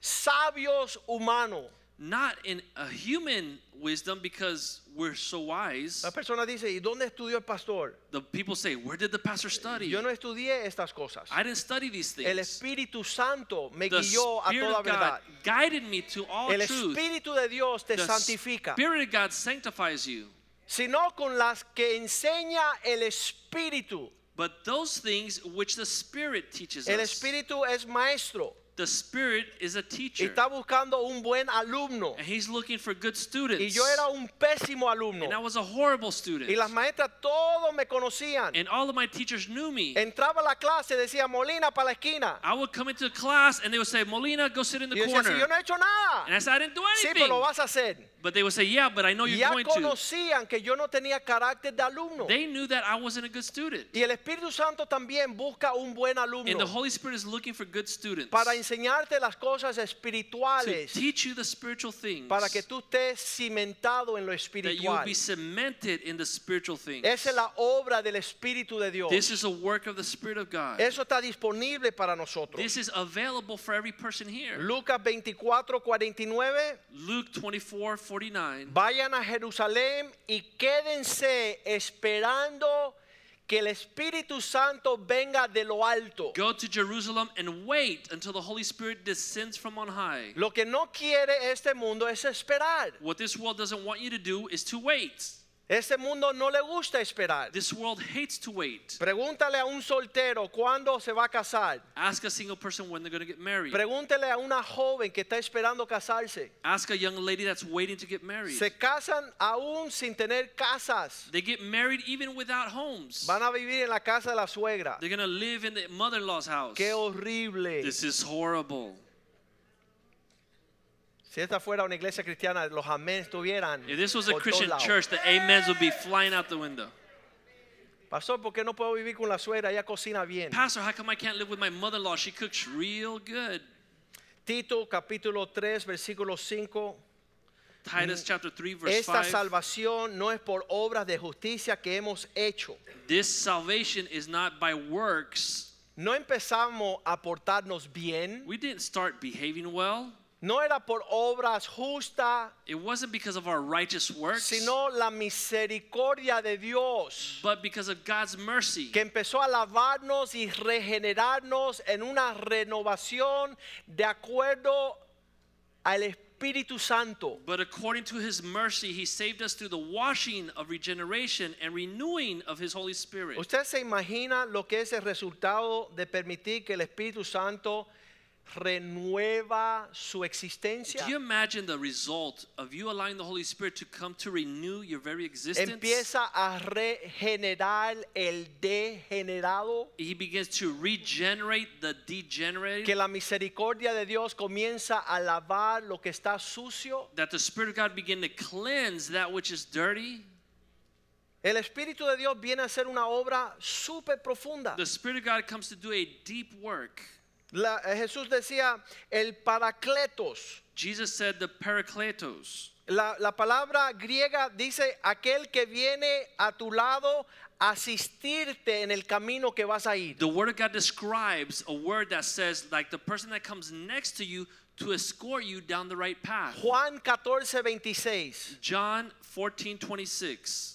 Speaker 1: sabios humanos.
Speaker 2: not in a human wisdom because we're so wise.
Speaker 1: La persona dice, ¿y dónde estudió el pastor?
Speaker 2: The people say, Where did the pastor study?
Speaker 1: Eh, Yo no estudié estas cosas.
Speaker 2: I didn't study these
Speaker 1: El
Speaker 2: things.
Speaker 1: Espíritu Santo me
Speaker 2: The
Speaker 1: guió a
Speaker 2: Spirit
Speaker 1: toda
Speaker 2: of God
Speaker 1: verdad.
Speaker 2: guided me to all
Speaker 1: El
Speaker 2: truth.
Speaker 1: Espíritu de Dios te
Speaker 2: The
Speaker 1: santifica,
Speaker 2: Spirit of God sanctifies you.
Speaker 1: sino con las que enseña el Espíritu.
Speaker 2: But those things which the Spirit teaches
Speaker 1: El
Speaker 2: us,
Speaker 1: Espíritu es maestro
Speaker 2: the Spirit is a
Speaker 1: y
Speaker 2: teacher,
Speaker 1: está buscando un buen alumno.
Speaker 2: and He's looking for good
Speaker 1: Y
Speaker 2: students.
Speaker 1: yo era un pésimo alumno.
Speaker 2: and I was a horrible student.
Speaker 1: Y las maestras todos me conocían.
Speaker 2: and all of my teachers knew me.
Speaker 1: Entraba a la clase, decía Molina para la esquina.
Speaker 2: I would come into class, and they would say, "Molina, go sit in
Speaker 1: Y
Speaker 2: the
Speaker 1: yo decía,
Speaker 2: corner."
Speaker 1: "Si yo no he hecho nada.
Speaker 2: and I said, "I didn't do
Speaker 1: Sí,
Speaker 2: anything."
Speaker 1: pero lo vas a hacer.
Speaker 2: but they would say, "Yeah, but I know you're
Speaker 1: Ya
Speaker 2: going to."
Speaker 1: conocían que yo no tenía carácter de alumno.
Speaker 2: They knew that I wasn't a good student.
Speaker 1: Y el Espíritu Santo también busca un buen
Speaker 2: And the
Speaker 1: alumno
Speaker 2: Holy Spirit is looking for good students
Speaker 1: para enseñarte las cosas
Speaker 2: to
Speaker 1: espirituales,
Speaker 2: teach you the spiritual things
Speaker 1: para que tú estés cimentado en lo
Speaker 2: that you will
Speaker 1: espiritual.
Speaker 2: be cemented in the spiritual things.
Speaker 1: Esa es la obra del Espíritu de Dios.
Speaker 2: This is a work of the Spirit of God.
Speaker 1: Eso está disponible para nosotros.
Speaker 2: This is available for every person here.
Speaker 1: Lucas 24, 49.
Speaker 2: Luke 24 49.
Speaker 1: Vayan a Jerusalén y quédense esperando que el Espíritu Santo venga de lo alto.
Speaker 2: Go to Jerusalem and wait until the Holy Spirit descends from on high.
Speaker 1: Lo que no quiere este mundo es esperar.
Speaker 2: What this world doesn't want you to do is to wait.
Speaker 1: Este mundo no le gusta esperar.
Speaker 2: This world hates to wait.
Speaker 1: Pregúntale a un soltero cuándo se va a casar.
Speaker 2: Ask a single person when they're going to get married.
Speaker 1: Pregúntele a una joven que está esperando casarse.
Speaker 2: Ask a young lady that's waiting to get married.
Speaker 1: Se casan aún sin tener casas.
Speaker 2: They get married even without homes.
Speaker 1: Van a vivir en la casa de la suegra.
Speaker 2: They're going to live in the mother in law's house.
Speaker 1: Qué horrible.
Speaker 2: This is horrible.
Speaker 1: Si esta fuera una iglesia cristiana, los amén estuvieran.
Speaker 2: If this was a
Speaker 1: por todos
Speaker 2: Christian
Speaker 1: lados.
Speaker 2: church, the amens would be flying out the window.
Speaker 1: Pastor, ¿por qué no puedo vivir con la suegra? Ella cocina bien.
Speaker 2: Pastor, how come I can't live with my mother in law? She cooks real good.
Speaker 1: Tito capítulo 3, versículo 5.
Speaker 2: Titus chapter 3, verse
Speaker 1: Mm. Esta
Speaker 2: 5.
Speaker 1: salvación no es por obras de justicia que hemos hecho.
Speaker 2: This salvation is not by works.
Speaker 1: No empezamos a portarnos bien.
Speaker 2: We didn't start behaving well.
Speaker 1: No era por obras justas,
Speaker 2: It wasn't because of our righteous works,
Speaker 1: sino la misericordia de Dios.
Speaker 2: but because of God's mercy.
Speaker 1: que empezó a lavarnos y regenerarnos en una renovación de acuerdo al Espíritu Santo.
Speaker 2: But according to his mercy, he saved us through the washing of regeneration and renewing of his Holy Spirit.
Speaker 1: ¿Usted se imagina lo que es el resultado de permitir que el Espíritu Santo renueva su existencia?
Speaker 2: Do you imagine the result of you allowing the Holy Spirit to come to renew your very existence?
Speaker 1: Empieza a regenerar el degenerado.
Speaker 2: He begins to regenerate the degenerate.
Speaker 1: Que la misericordia de Dios comienza a lavar lo que está sucio.
Speaker 2: that the Spirit of God begin to cleanse that which is dirty.
Speaker 1: El Espíritu de Dios viene a hacer una obra súper profunda.
Speaker 2: The Spirit of God comes to do a deep work.
Speaker 1: La- eh, Jesús decía el paracletos.
Speaker 2: Jesus said, "The Parakletos."
Speaker 1: La, la palabra griega dice aquel que viene a tu lado a asistirte en el camino que vas a ir.
Speaker 2: The Word of God describes a word that says, like the person that comes next to you to escort you down the right path.
Speaker 1: Juan 14, 26.
Speaker 2: John 14, 26.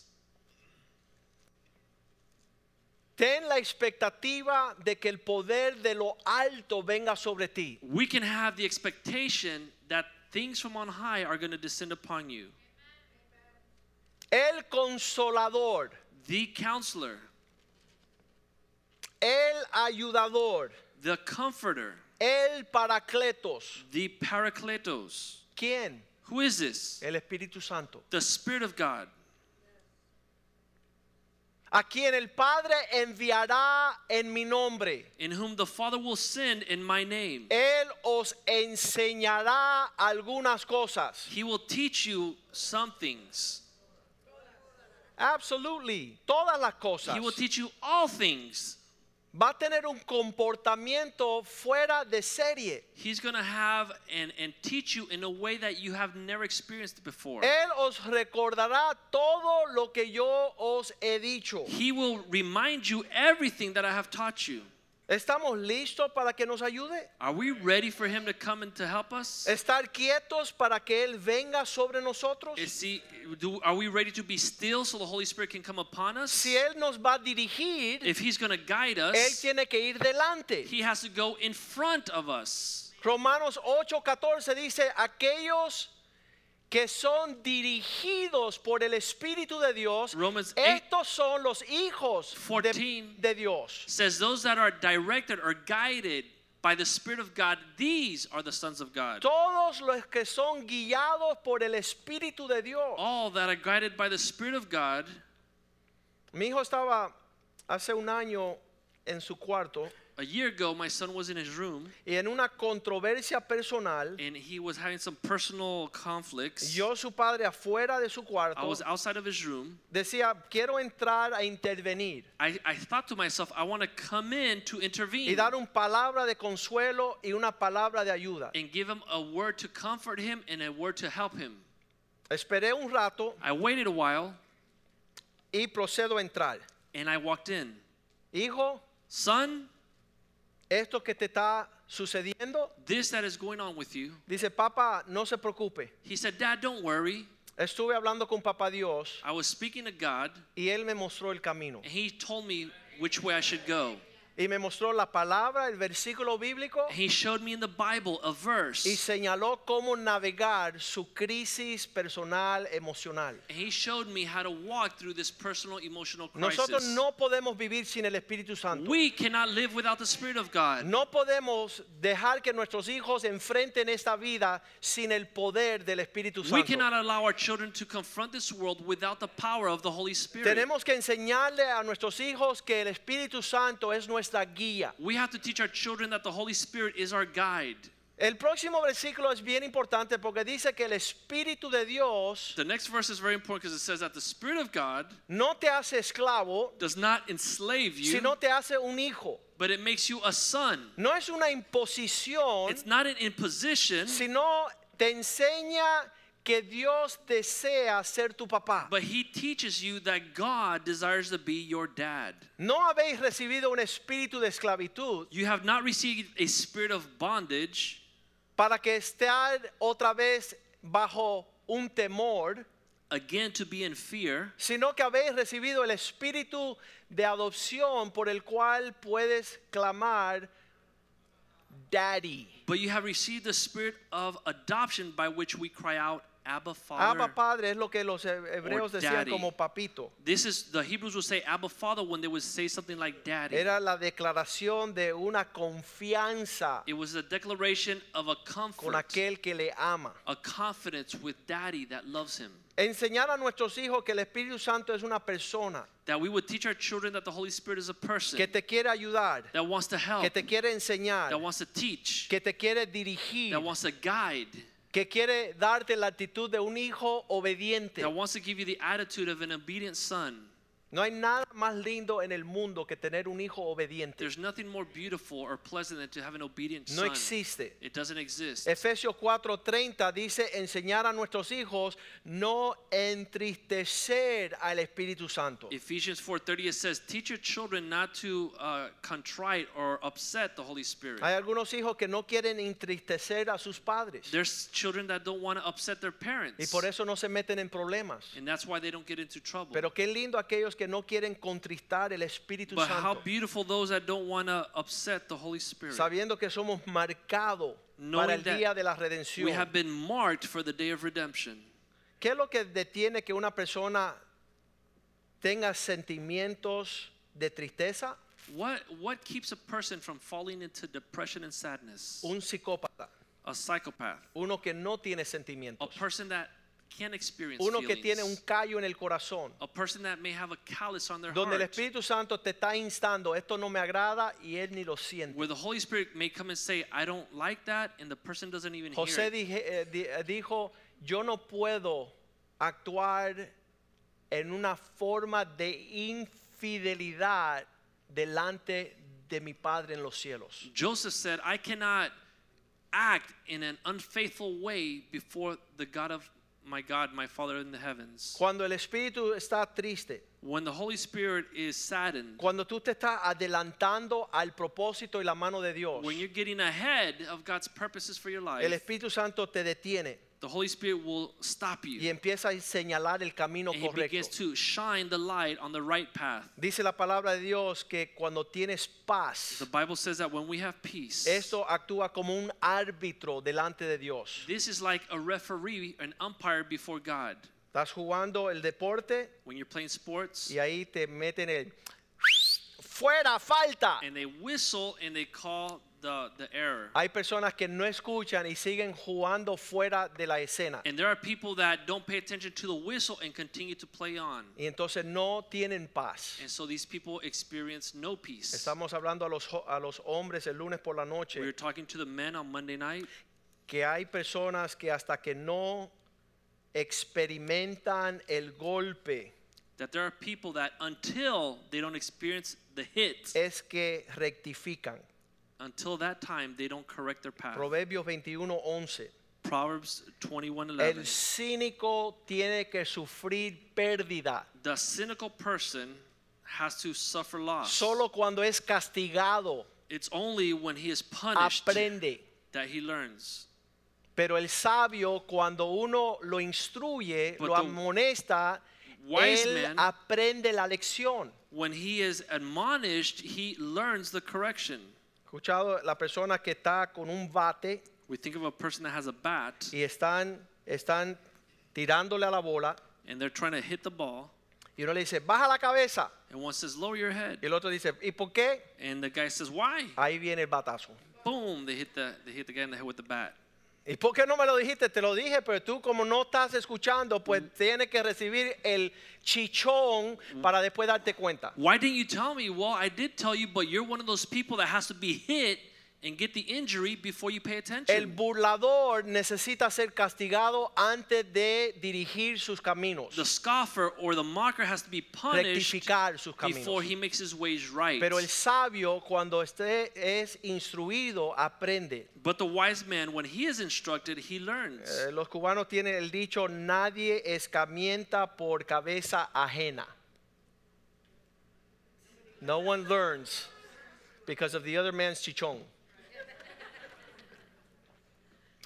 Speaker 1: Ten la expectativa de que el poder de lo alto venga sobre ti.
Speaker 2: We can have the expectation that things from on high are going to descend upon you.
Speaker 1: El consolador,
Speaker 2: The counselor,
Speaker 1: el ayudador,
Speaker 2: the comforter,
Speaker 1: el paracletos.
Speaker 2: the Parakletos.
Speaker 1: ¿Quién?
Speaker 2: Who is this?
Speaker 1: El Espíritu Santo.
Speaker 2: The Spirit of God.
Speaker 1: A quien el Padre enviará en mi nombre.
Speaker 2: in whom the Father will send in my name.
Speaker 1: Él os enseñará algunas cosas.
Speaker 2: He will teach you some things.
Speaker 1: Absolutely, todas las cosas.
Speaker 2: He will teach you all things.
Speaker 1: Va a tener un comportamiento fuera de serie.
Speaker 2: He's going to have and, and teach you in a way that you have never experienced before.
Speaker 1: Él os recordará todo lo que yo os he dicho.
Speaker 2: He will remind you everything that I have taught you.
Speaker 1: ¿Estamos listos para que nos ayude?
Speaker 2: Are we ready for Him to come and to help us?
Speaker 1: ¿Estar quietos para que Él venga sobre nosotros?
Speaker 2: Is he, do, are we ready to be still so the Holy Spirit can come upon us?
Speaker 1: Si Él nos va a dirigir,
Speaker 2: If He's going to guide
Speaker 1: Él
Speaker 2: us,
Speaker 1: tiene que ir delante.
Speaker 2: He has to go in front of us.
Speaker 1: Romanos 8:14 dice, aquellos que son dirigidos por el Espíritu de Dios,
Speaker 2: Romans eight-
Speaker 1: estos son los hijos de-
Speaker 2: 14.
Speaker 1: de, Dios.
Speaker 2: says those that are directed or guided by the spirit of god these are the sons of god
Speaker 1: Todos los que son guiados por el Espíritu de Dios.
Speaker 2: all that are guided by the spirit of god
Speaker 1: Mi hijo estaba hace un año en su cuarto
Speaker 2: A year ago, my son was in his room
Speaker 1: y en una controversia personal,
Speaker 2: and he was having some personal conflicts.
Speaker 1: yo su padre afuera de su
Speaker 2: I
Speaker 1: cuarto
Speaker 2: was outside of his room.
Speaker 1: decía, quiero entrar a intervenir
Speaker 2: I, I thought to myself, I want to come in to
Speaker 1: y
Speaker 2: intervene
Speaker 1: dar una palabra de consuelo y una palabra de ayuda.
Speaker 2: and give him a word to comfort him and a word to help him.
Speaker 1: Esperé un rato
Speaker 2: I waited a while
Speaker 1: y procedo a entrar.
Speaker 2: and I walked in.
Speaker 1: Hijo,
Speaker 2: Son,
Speaker 1: esto que te está sucediendo,
Speaker 2: this that is going on with you.
Speaker 1: dice papá, no se preocupe.
Speaker 2: He said, Dad, don't worry.
Speaker 1: Estuve hablando con papá Dios
Speaker 2: I was speaking to God
Speaker 1: y él me mostró el camino.
Speaker 2: and he told me which way I should go.
Speaker 1: Y me mostró la palabra, el versículo bíblico
Speaker 2: He showed me in the Bible a verse.
Speaker 1: y señaló cómo navegar su crisis personal emocional.
Speaker 2: He showed me how to walk through this personal emotional crisis.
Speaker 1: Nosotros no podemos vivir sin el Espíritu Santo.
Speaker 2: we cannot live without the Spirit of God.
Speaker 1: No podemos dejar que nuestros hijos enfrenten esta vida sin el poder del Espíritu
Speaker 2: we
Speaker 1: Santo.
Speaker 2: cannot allow our children to confront this world without the power of the Holy Spirit.
Speaker 1: Tenemos que enseñarle a nuestros hijos que el Espíritu Santo es nuestra guía.
Speaker 2: we have to teach our children that the Holy Spirit is our guide.
Speaker 1: El próximo versículo es bien importante porque dice que el Espíritu de Dios
Speaker 2: The next verse is very important because it says that the Spirit of God
Speaker 1: no te hace esclavo,
Speaker 2: does not enslave you,
Speaker 1: sino te hace un hijo.
Speaker 2: but it makes you a son.
Speaker 1: No es una imposición,
Speaker 2: It's not an imposition,
Speaker 1: sino te enseña que Dios desea ser tu papá.
Speaker 2: but He teaches you that God desires to be your dad.
Speaker 1: No habéis recibido un espíritu de esclavitud
Speaker 2: You have not received a spirit of bondage.
Speaker 1: para que estar otra vez bajo un temor,
Speaker 2: again to be in fear,
Speaker 1: sino que habéis recibido el espíritu de adopción por el cual puedes clamar Daddy.
Speaker 2: but you have received the spirit of adoption by which we cry out, Abba Father.
Speaker 1: Abba Padre es lo que los he- hebreos
Speaker 2: Or
Speaker 1: decían
Speaker 2: Oh, daddy.
Speaker 1: como papito.
Speaker 2: This is the Hebrews would say Abba Father when they would say something like Daddy.
Speaker 1: Era la declaración de una confianza
Speaker 2: it was a declaration of a
Speaker 1: con
Speaker 2: comfort,
Speaker 1: aquel que le ama.
Speaker 2: a confidence with Daddy that loves him.
Speaker 1: Enseñar a nuestros hijos que el Espíritu Santo es una persona
Speaker 2: That we would teach our children that the Holy Spirit is a person
Speaker 1: que te quiere ayudar,
Speaker 2: that wants to help,
Speaker 1: que te quiere enseñar,
Speaker 2: that wants to teach,
Speaker 1: que te quiere dirigir,
Speaker 2: that wants to guide,
Speaker 1: que quiere darte la actitud de un hijo obediente.
Speaker 2: that wants to give you the attitude of an obedient son.
Speaker 1: No hay nada más lindo en el mundo que tener un hijo obediente.
Speaker 2: There's nothing more beautiful or pleasant than to have an obedient
Speaker 1: No
Speaker 2: son.
Speaker 1: existe.
Speaker 2: It doesn't exist.
Speaker 1: Efesios 4:30 dice enseñar a nuestros hijos no entristecer al Espíritu Santo.
Speaker 2: Ephesians 4:30 it says, "Teach your children not to uh, contrite or upset the Holy Spirit."
Speaker 1: Hay algunos hijos que no quieren entristecer a sus padres
Speaker 2: There's children that don't want to upset their parents,
Speaker 1: y por eso no se meten en problemas.
Speaker 2: and that's why they don't get into trouble.
Speaker 1: Pero qué lindo aquellos que no quieren contristar el Espíritu
Speaker 2: but how
Speaker 1: Santo,
Speaker 2: beautiful those that don't want to upset the Holy Spirit.
Speaker 1: sabiendo que somos marcados
Speaker 2: Knowing
Speaker 1: para el
Speaker 2: that
Speaker 1: día de la
Speaker 2: We have
Speaker 1: redención.
Speaker 2: been marked for the day of redemption.
Speaker 1: ¿Qué es lo que detiene que una persona tenga sentimientos de tristeza?
Speaker 2: What what keeps a person from falling into depression and sadness?
Speaker 1: Un psicópata,
Speaker 2: A psychopath,
Speaker 1: uno que no tiene
Speaker 2: a
Speaker 1: sentimientos,
Speaker 2: person that can't experience
Speaker 1: uno que
Speaker 2: feelings,
Speaker 1: tiene un callo en el corazón,
Speaker 2: a person that may have a callous on their
Speaker 1: donde el
Speaker 2: heart.
Speaker 1: Espíritu Santo te está instando, esto no me agrada y él ni lo siente.
Speaker 2: where the Holy Spirit may come and say, I don't like that, and the person doesn't even hear
Speaker 1: José
Speaker 2: it.
Speaker 1: dije- eh, di- eh, dijo, yo no puedo actuar en una forma de infidelidad delante de mi Padre en los cielos.
Speaker 2: Joseph said, I cannot act in an unfaithful way before the God of my God, my Father in the heavens.
Speaker 1: Cuando el Espíritu está triste,
Speaker 2: When the Holy Spirit is saddened,
Speaker 1: cuando tú te estás adelantando al propósito y la mano de Dios,
Speaker 2: when you're getting ahead of God's purposes for your
Speaker 1: el
Speaker 2: life,
Speaker 1: Espíritu Santo te detiene
Speaker 2: the Holy Spirit will stop
Speaker 1: y
Speaker 2: you.
Speaker 1: empieza a señalar el camino
Speaker 2: And he begins
Speaker 1: correcto.
Speaker 2: to shine the light on the right path.
Speaker 1: Dice la palabra de Dios que cuando tienes paz,
Speaker 2: The Bible says that when we have peace,
Speaker 1: esto actúa como un árbitro delante de Dios.
Speaker 2: this is like a referee, an umpire before God.
Speaker 1: Estás jugando el deporte
Speaker 2: When you're playing sports,
Speaker 1: y ahí te meten el fuera falta.
Speaker 2: and they whistle and they call the, the error.
Speaker 1: Hay personas que no escuchan y siguen jugando fuera de la escena.
Speaker 2: And there are people that don't pay attention to the whistle and continue to play on.
Speaker 1: Y entonces no tienen paz.
Speaker 2: And so these people experience no peace.
Speaker 1: Estamos hablando a los, jo- a los hombres el lunes por la
Speaker 2: We were
Speaker 1: noche
Speaker 2: talking to the men on Monday night.
Speaker 1: que hay personas que hasta que no experimentan el golpe
Speaker 2: that there are people that until they don't experience the hit,
Speaker 1: es que rectifican.
Speaker 2: until that time they don't correct their path.
Speaker 1: Proverbios 21:11.
Speaker 2: Proverbs 21 11.
Speaker 1: El cínico tiene que sufrir pérdida.
Speaker 2: The cynical person has to suffer loss.
Speaker 1: Solo cuando es castigado
Speaker 2: it's only when he is punished
Speaker 1: aprende.
Speaker 2: that he learns.
Speaker 1: Pero el sabio, cuando uno lo instruye,
Speaker 2: But
Speaker 1: lo
Speaker 2: the
Speaker 1: amonesta,
Speaker 2: wise
Speaker 1: él
Speaker 2: man-
Speaker 1: aprende la lección.
Speaker 2: When he is admonished, he learns the correction.
Speaker 1: Escuchado la persona que está con un bate
Speaker 2: We think of a person that has a bat
Speaker 1: y están, están tirándole a la bola
Speaker 2: and they're trying to hit the ball,
Speaker 1: y uno le dice, baja la cabeza.
Speaker 2: and one says, Lower your head.
Speaker 1: Y el otro dice, ¿y por qué?
Speaker 2: And the guy says, Why?
Speaker 1: Ahí viene el batazo.
Speaker 2: Boom, they hit the, they hit the guy in the head with the bat.
Speaker 1: ¿Y por qué no me lo dijiste? Te lo dije, pero tú como no estás escuchando, pues tienes que recibir el chichón para después darte cuenta.
Speaker 2: Why didn't you tell me? Well, I did tell you, but you're one of those people that has to be hit and get the injury before you pay
Speaker 1: El
Speaker 2: attention.
Speaker 1: burlador necesita ser castigado antes de dirigir sus caminos.
Speaker 2: The scoffer or the mocker has to be punished
Speaker 1: Rectificar sus caminos.
Speaker 2: before he makes his ways right.
Speaker 1: Pero el sabio cuando esté es instruido aprende.
Speaker 2: But the wise man, when he is instructed, he learns.
Speaker 1: Eh, los cubanos tienen el dicho nadie escamienta por cabeza ajena. No one learns because of the other man's chichón.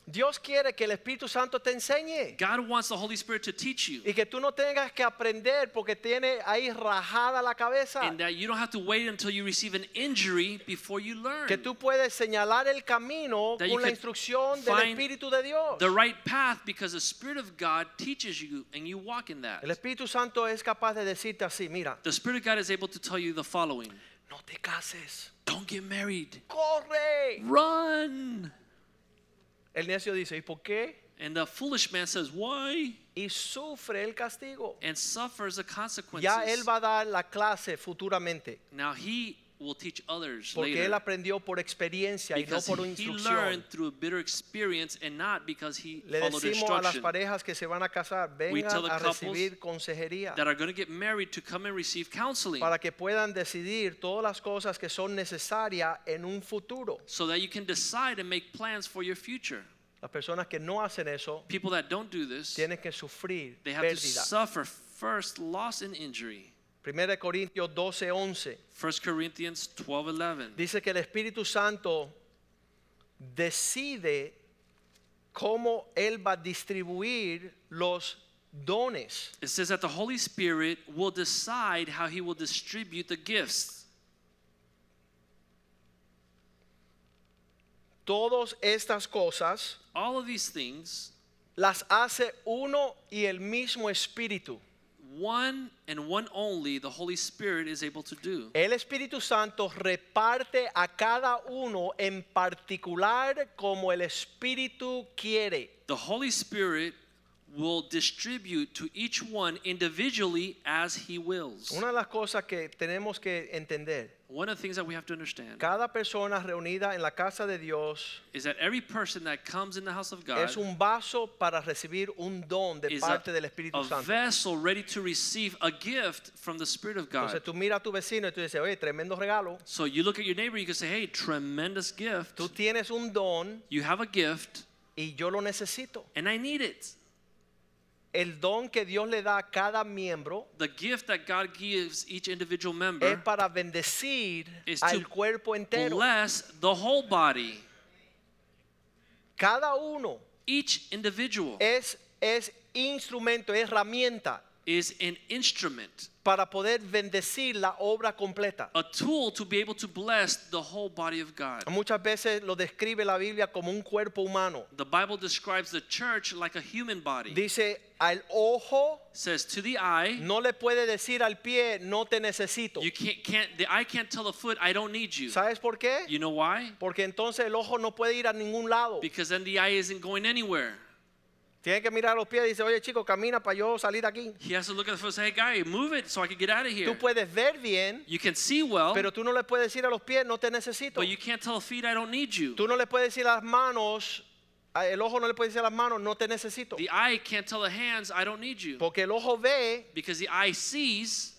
Speaker 1: Dios quiere que el Espíritu Santo te enseñe.
Speaker 2: God wants the Holy Spirit to teach you,
Speaker 1: Y que tú no tengas que aprender porque tiene ahí rajada la cabeza.
Speaker 2: and that you don't have to wait until you receive an injury before you learn.
Speaker 1: Que tú puedes señalar el camino
Speaker 2: That you
Speaker 1: con la
Speaker 2: could
Speaker 1: instrucción del
Speaker 2: find
Speaker 1: Espíritu de Dios.
Speaker 2: The right path, because the Spirit of God teaches you, and you walk in that.
Speaker 1: El Espíritu Santo es capaz de decirte así, mira,
Speaker 2: The Spirit of God is able to tell you the following
Speaker 1: no te cases,
Speaker 2: Don't get married.
Speaker 1: corre.
Speaker 2: Run!
Speaker 1: El necio dice, ¿y por qué?
Speaker 2: And the foolish man says, Why?
Speaker 1: Y sufre el castigo.
Speaker 2: And suffers the consequences.
Speaker 1: Ya él va a dar la clase futuramente,
Speaker 2: Now he will teach others
Speaker 1: porque
Speaker 2: later.
Speaker 1: él aprendió por experiencia y no
Speaker 2: because
Speaker 1: por
Speaker 2: he
Speaker 1: instrucción.
Speaker 2: learned through bitter experience and not because he
Speaker 1: Le decimos
Speaker 2: followed
Speaker 1: a las
Speaker 2: instruction.
Speaker 1: parejas que se van a casar,
Speaker 2: tell
Speaker 1: vengan
Speaker 2: the
Speaker 1: a
Speaker 2: couples
Speaker 1: recibir consejería.
Speaker 2: That are going to get married to come and receive counseling
Speaker 1: para que puedan decidir todas las cosas que son necesarias en un futuro.
Speaker 2: so that you can decide and make plans for your future.
Speaker 1: Las personas que no hacen eso
Speaker 2: People that don't do this,
Speaker 1: tienen que sufrir
Speaker 2: they have to
Speaker 1: pérdida.
Speaker 2: suffer first loss and injury.
Speaker 1: 1 Corintios 12:11
Speaker 2: 1 Corinthians 12 11.
Speaker 1: dice que el Espíritu Santo decide cómo él va a distribuir los dones.
Speaker 2: It says that the Holy Spirit will decide how he will distribute the gifts.
Speaker 1: Todas estas cosas
Speaker 2: All of these things,
Speaker 1: las hace uno y el mismo Espíritu.
Speaker 2: one and one only, the Holy Spirit is able to do.
Speaker 1: El Espíritu Santo reparte a cada uno en particular como el Espíritu quiere.
Speaker 2: The Holy Spirit will distribute to each one individually as he wills.
Speaker 1: Una de las cosas que tenemos que entender,
Speaker 2: One of the things that we have to understand
Speaker 1: cada persona reunida en la casa de Dios
Speaker 2: is that every person that comes in the house of God
Speaker 1: es un vaso para recibir un don de
Speaker 2: is
Speaker 1: parte del
Speaker 2: a,
Speaker 1: Espíritu
Speaker 2: a
Speaker 1: Santo.
Speaker 2: vessel ready to receive a gift from the Spirit of God.
Speaker 1: Entonces tú miras a tu vecino y tú dices, oye, tremendo regalo.
Speaker 2: So you look at your neighbor, you can say, hey, tremendous gift.
Speaker 1: Tú tienes un don
Speaker 2: You have a gift,
Speaker 1: y yo lo necesito.
Speaker 2: and I need it.
Speaker 1: El don que Dios le da a cada miembro
Speaker 2: The gift that God gives each individual
Speaker 1: es
Speaker 2: member
Speaker 1: para bendecir
Speaker 2: Is to
Speaker 1: al cuerpo entero.
Speaker 2: bless the whole body,
Speaker 1: Cada uno
Speaker 2: each individual.
Speaker 1: es, es instrumento, es herramienta
Speaker 2: is an instrument,
Speaker 1: para poder bendecir la obra completa.
Speaker 2: a tool to be able to bless the whole body of God.
Speaker 1: Muchas veces lo describe la Biblia como un cuerpo humano.
Speaker 2: The Bible describes the church like a human body.
Speaker 1: Dice, al ojo
Speaker 2: says to the eye,
Speaker 1: no le puede decir al pie, no te necesito.
Speaker 2: you can't, can't the eye can't tell the foot, I don't need you.
Speaker 1: ¿Sabes por qué?
Speaker 2: You know why?
Speaker 1: Porque entonces el ojo no puede ir a ningún lado.
Speaker 2: Because then the eye isn't going anywhere.
Speaker 1: Tiene que mirar los pies y dice, oye chico, camina para yo salir de aquí.
Speaker 2: He has to look at the foot and say, hey guy, move it so I can get out of here.
Speaker 1: Tú puedes ver bien,
Speaker 2: You can see well,
Speaker 1: pero tú no le puedes decir a los pies, no te necesito.
Speaker 2: but you can't tell feet I don't need you.
Speaker 1: Tú no le puedes decir a las manos, a- el ojo no le puede decir a las manos, no te necesito.
Speaker 2: The eye can't tell the hands I don't need you.
Speaker 1: Porque el ojo ve
Speaker 2: Because the eye sees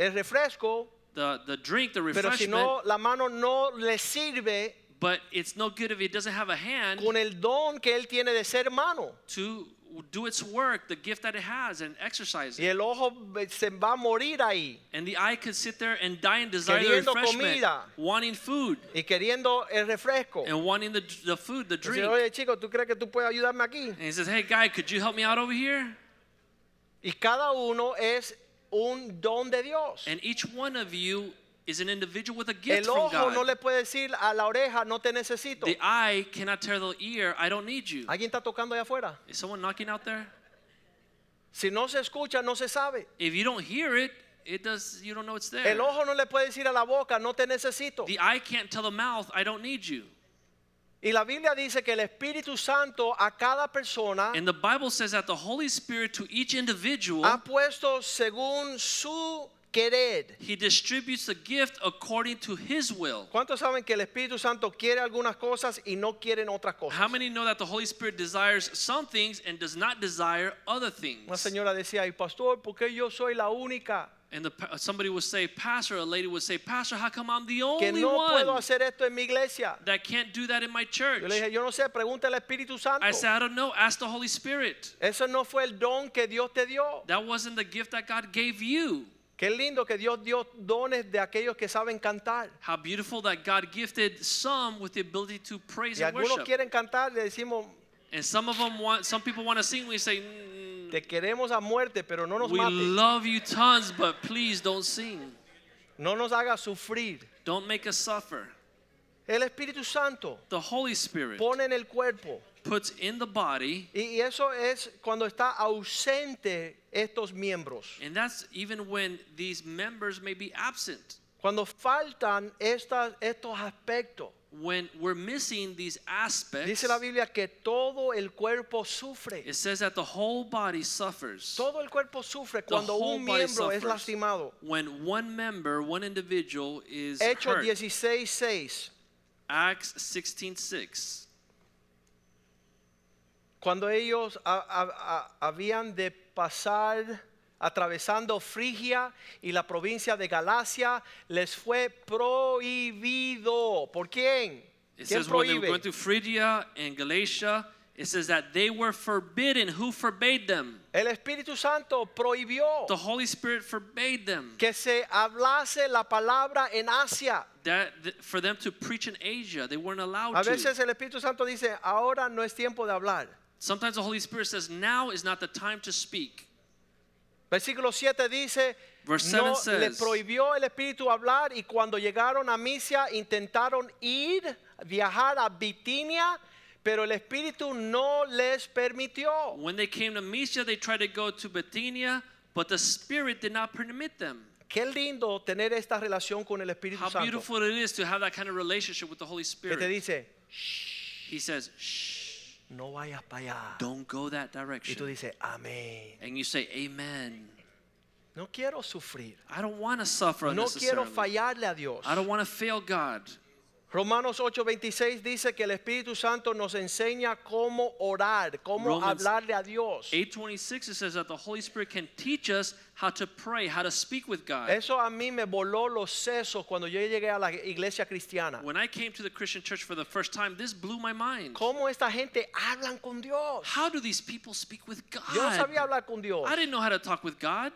Speaker 1: el refresco,
Speaker 2: the, the drink, the
Speaker 1: pero
Speaker 2: refreshment,
Speaker 1: si no, la mano no le sirve
Speaker 2: but it's no good if it doesn't have a hand
Speaker 1: con el don que él tiene de ser mano.
Speaker 2: to do its work, the gift that it has, and exercise
Speaker 1: Y
Speaker 2: it.
Speaker 1: el ojo se va a morir ahí.
Speaker 2: And the eye could sit there and die and desire the
Speaker 1: Queriendo
Speaker 2: refreshment,
Speaker 1: comida.
Speaker 2: wanting food
Speaker 1: Y queriendo el refresco.
Speaker 2: and wanting the, the food, the
Speaker 1: Dice,
Speaker 2: drink.
Speaker 1: oye chico, ¿tú crees que tú puedes ayudarme aquí?
Speaker 2: And he says, hey guy, could you help me out over here?
Speaker 1: Y cada uno es un don de Dios.
Speaker 2: And each one of you is an individual with a gift
Speaker 1: El
Speaker 2: from
Speaker 1: ojo
Speaker 2: God.
Speaker 1: no le puede decir a la oreja, no te necesito.
Speaker 2: The eye cannot tell the ear, I don't need you.
Speaker 1: ¿Alguien está tocando allá afuera?
Speaker 2: Is someone knocking out there?
Speaker 1: Si no se escucha, no se sabe.
Speaker 2: If you don't hear it, it does. You don't know it's there.
Speaker 1: El ojo no le puede decir a la boca, no te necesito.
Speaker 2: The eye can't tell the mouth, I don't need you.
Speaker 1: Y la Biblia dice que el Espíritu Santo a cada persona
Speaker 2: And the Bible says that the Holy Spirit to each individual,
Speaker 1: ha puesto según su querer.
Speaker 2: He distributes the gift according to His will.
Speaker 1: ¿Cuántos saben que el Espíritu Santo quiere algunas cosas y no quieren otras
Speaker 2: How
Speaker 1: cosas?
Speaker 2: many know that the Holy Spirit desires some things and does not desire other
Speaker 1: Una
Speaker 2: things?
Speaker 1: señora decía, y pastor, ¿por qué yo soy la única
Speaker 2: And the, pa- somebody would say, Pastor, a lady would say, Pastor, how come I'm the
Speaker 1: que
Speaker 2: only
Speaker 1: no puedo
Speaker 2: one
Speaker 1: hacer esto en mi iglesia?
Speaker 2: that can't do that in my church?
Speaker 1: Yo le dije, yo no sé, pregúntale al Espíritu Santo.
Speaker 2: I said, I don't know. Ask the Holy Spirit.
Speaker 1: Eso no fue el don que Dios te dio.
Speaker 2: That wasn't the gift that God gave you.
Speaker 1: Qué lindo que Dios dio dones de aquellos que saben cantar.
Speaker 2: How beautiful that God gifted some with the ability to praise
Speaker 1: Y
Speaker 2: and
Speaker 1: algunos
Speaker 2: worship.
Speaker 1: quieren cantar, le decimos,
Speaker 2: And some of them want, some people want to sing. We say, "Mm,
Speaker 1: te queremos a muerte, pero no nos
Speaker 2: we
Speaker 1: mates.
Speaker 2: love you tons, but please don't sing.
Speaker 1: No nos hagas sufrir.
Speaker 2: Don't make us suffer.
Speaker 1: El Espíritu Santo
Speaker 2: The Holy Spirit
Speaker 1: pone en el cuerpo.
Speaker 2: puts in the body,
Speaker 1: Y y eso es cuando está ausente estos miembros.
Speaker 2: and that's even when these members may be absent.
Speaker 1: Cuando faltan estas, estos aspectos.
Speaker 2: When we're missing these aspects,
Speaker 1: Dice la Biblia que todo el cuerpo sufre.
Speaker 2: it says that the whole body suffers.
Speaker 1: Todo el cuerpo sufre
Speaker 2: The
Speaker 1: cuando
Speaker 2: whole
Speaker 1: un
Speaker 2: body
Speaker 1: miembro es
Speaker 2: suffers.
Speaker 1: lastimado.
Speaker 2: When one member, one individual is
Speaker 1: Hechos
Speaker 2: hurt.
Speaker 1: 16:6.
Speaker 2: Acts 16:6.
Speaker 1: Cuando ellos a- a- a- habían de pasar atravesando Frigia y la provincia de Galacia, les fue prohibido. ¿Por quién?
Speaker 2: It
Speaker 1: ¿Quién
Speaker 2: says when they were going
Speaker 1: prohíbe?
Speaker 2: through Phrygia and Galatia, it says that they were forbidden. Who forbade them?
Speaker 1: El Espíritu Santo prohibió
Speaker 2: The Holy Spirit forbade them
Speaker 1: que se hablase la palabra en Asia.
Speaker 2: that th- for them to preach in Asia. They weren't allowed
Speaker 1: A
Speaker 2: to.
Speaker 1: veces el Espíritu Santo dice, ahora no es tiempo de hablar.
Speaker 2: Sometimes the Holy Spirit says, "Now is not the time to speak."
Speaker 1: Versículo 7 dice,
Speaker 2: Verse
Speaker 1: no
Speaker 2: seven
Speaker 1: le
Speaker 2: says-
Speaker 1: prohibió el Espíritu hablar y cuando llegaron a Misia intentaron ir, viajar a Bitinia, pero el Espíritu no les permitió.
Speaker 2: When they came to Mysia, they tried to go to Bithynia, but the Spirit did not permit them.
Speaker 1: Qué lindo tener esta relación con el Espíritu
Speaker 2: How
Speaker 1: Santo.
Speaker 2: beautiful it is to have that kind of relationship with the Holy
Speaker 1: Que te
Speaker 2: Spirit.
Speaker 1: dice,
Speaker 2: He says, "Shh,
Speaker 1: no vayas para allá.
Speaker 2: don't go that
Speaker 1: Y tú
Speaker 2: direction."
Speaker 1: dices, amén.
Speaker 2: And you say, "Amen."
Speaker 1: No quiero sufrir.
Speaker 2: I don't want to suffer
Speaker 1: No quiero
Speaker 2: unnecessarily.
Speaker 1: fallarle a Dios.
Speaker 2: I don't want to fail God.
Speaker 1: Romanos 8:26 dice que el Espíritu Santo nos enseña cómo orar, cómo
Speaker 2: Romans
Speaker 1: hablarle a Dios.
Speaker 2: 8:26 it says that the Holy Spirit can teach us how to pray, how to speak with God.
Speaker 1: Eso a mí me voló los sesos cuando yo llegué a la iglesia cristiana.
Speaker 2: When I came to the Christian church for the first time, this blew my mind.
Speaker 1: ¿Cómo esta gente hablan con Dios?
Speaker 2: How do these people speak with God?
Speaker 1: Yo no sabía hablar con Dios.
Speaker 2: I didn't know how to talk with God.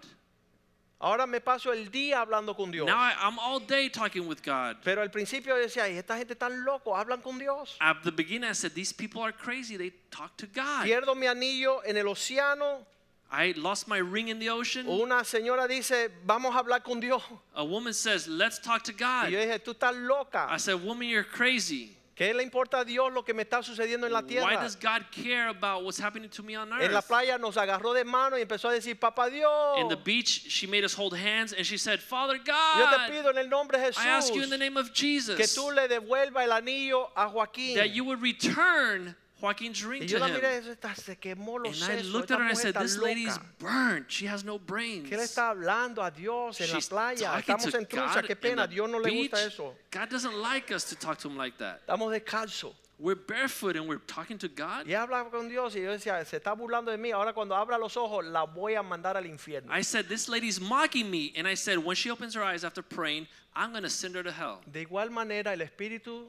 Speaker 1: Ahora me paso el día hablando con Dios.
Speaker 2: Now I, I'm all day talking with God.
Speaker 1: Pero al principio yo decía, "Ay, esta gente tan loco, hablan con Dios.
Speaker 2: At Ah. the beginning, I said, These people are crazy. They talk to God.
Speaker 1: Pierdo mi anillo en el océano
Speaker 2: I lost my ring in the ocean.
Speaker 1: Una señora dice, vamos a hablar con Dios.
Speaker 2: A woman says, Let's talk to
Speaker 1: Y yo
Speaker 2: God.
Speaker 1: dije, tú estás
Speaker 2: I
Speaker 1: loca.
Speaker 2: said, Woman, you're crazy.
Speaker 1: ¿Qué le importa a Dios lo que me está sucediendo en la
Speaker 2: Why
Speaker 1: tierra?
Speaker 2: does God care about what's happening to me on
Speaker 1: En la
Speaker 2: earth?
Speaker 1: playa nos agarró de mano y empezó a decir, papá Dios,
Speaker 2: In the beach, she made us hold hands and she said, Father
Speaker 1: yo te
Speaker 2: God,
Speaker 1: pido en el nombre de
Speaker 2: I ask you in
Speaker 1: Jesús
Speaker 2: the name of
Speaker 1: que
Speaker 2: Jesus
Speaker 1: tú le devuelva el anillo a
Speaker 2: that you
Speaker 1: Joaquín.
Speaker 2: would return Joaquin's
Speaker 1: Y
Speaker 2: ring
Speaker 1: yo
Speaker 2: to
Speaker 1: la
Speaker 2: him.
Speaker 1: miré, esta se quemó los
Speaker 2: And I
Speaker 1: sesos,
Speaker 2: looked
Speaker 1: esta
Speaker 2: at her and I
Speaker 1: mujer
Speaker 2: said,
Speaker 1: está
Speaker 2: This lady's
Speaker 1: loca.
Speaker 2: burned. She has no brains.
Speaker 1: ¿Qué le está hablando a Dios en la
Speaker 2: She's
Speaker 1: playa?
Speaker 2: talking
Speaker 1: Estamos
Speaker 2: to
Speaker 1: en trucha,
Speaker 2: God
Speaker 1: qué
Speaker 2: in
Speaker 1: pena,
Speaker 2: the
Speaker 1: Dios no le gusta
Speaker 2: beach.
Speaker 1: eso.
Speaker 2: God doesn't like us to talk to him like that.
Speaker 1: Estamos descalzos.
Speaker 2: We're barefoot and we're talking to God.
Speaker 1: Y hablaba con Dios y yo decía, se está burlando de mí. Ahora cuando abra los ojos, la voy a mandar al infierno.
Speaker 2: I said, This lady's mocking me. And I said, When she opens her eyes after praying, I'm going to send her to hell.
Speaker 1: De igual manera, el Espíritu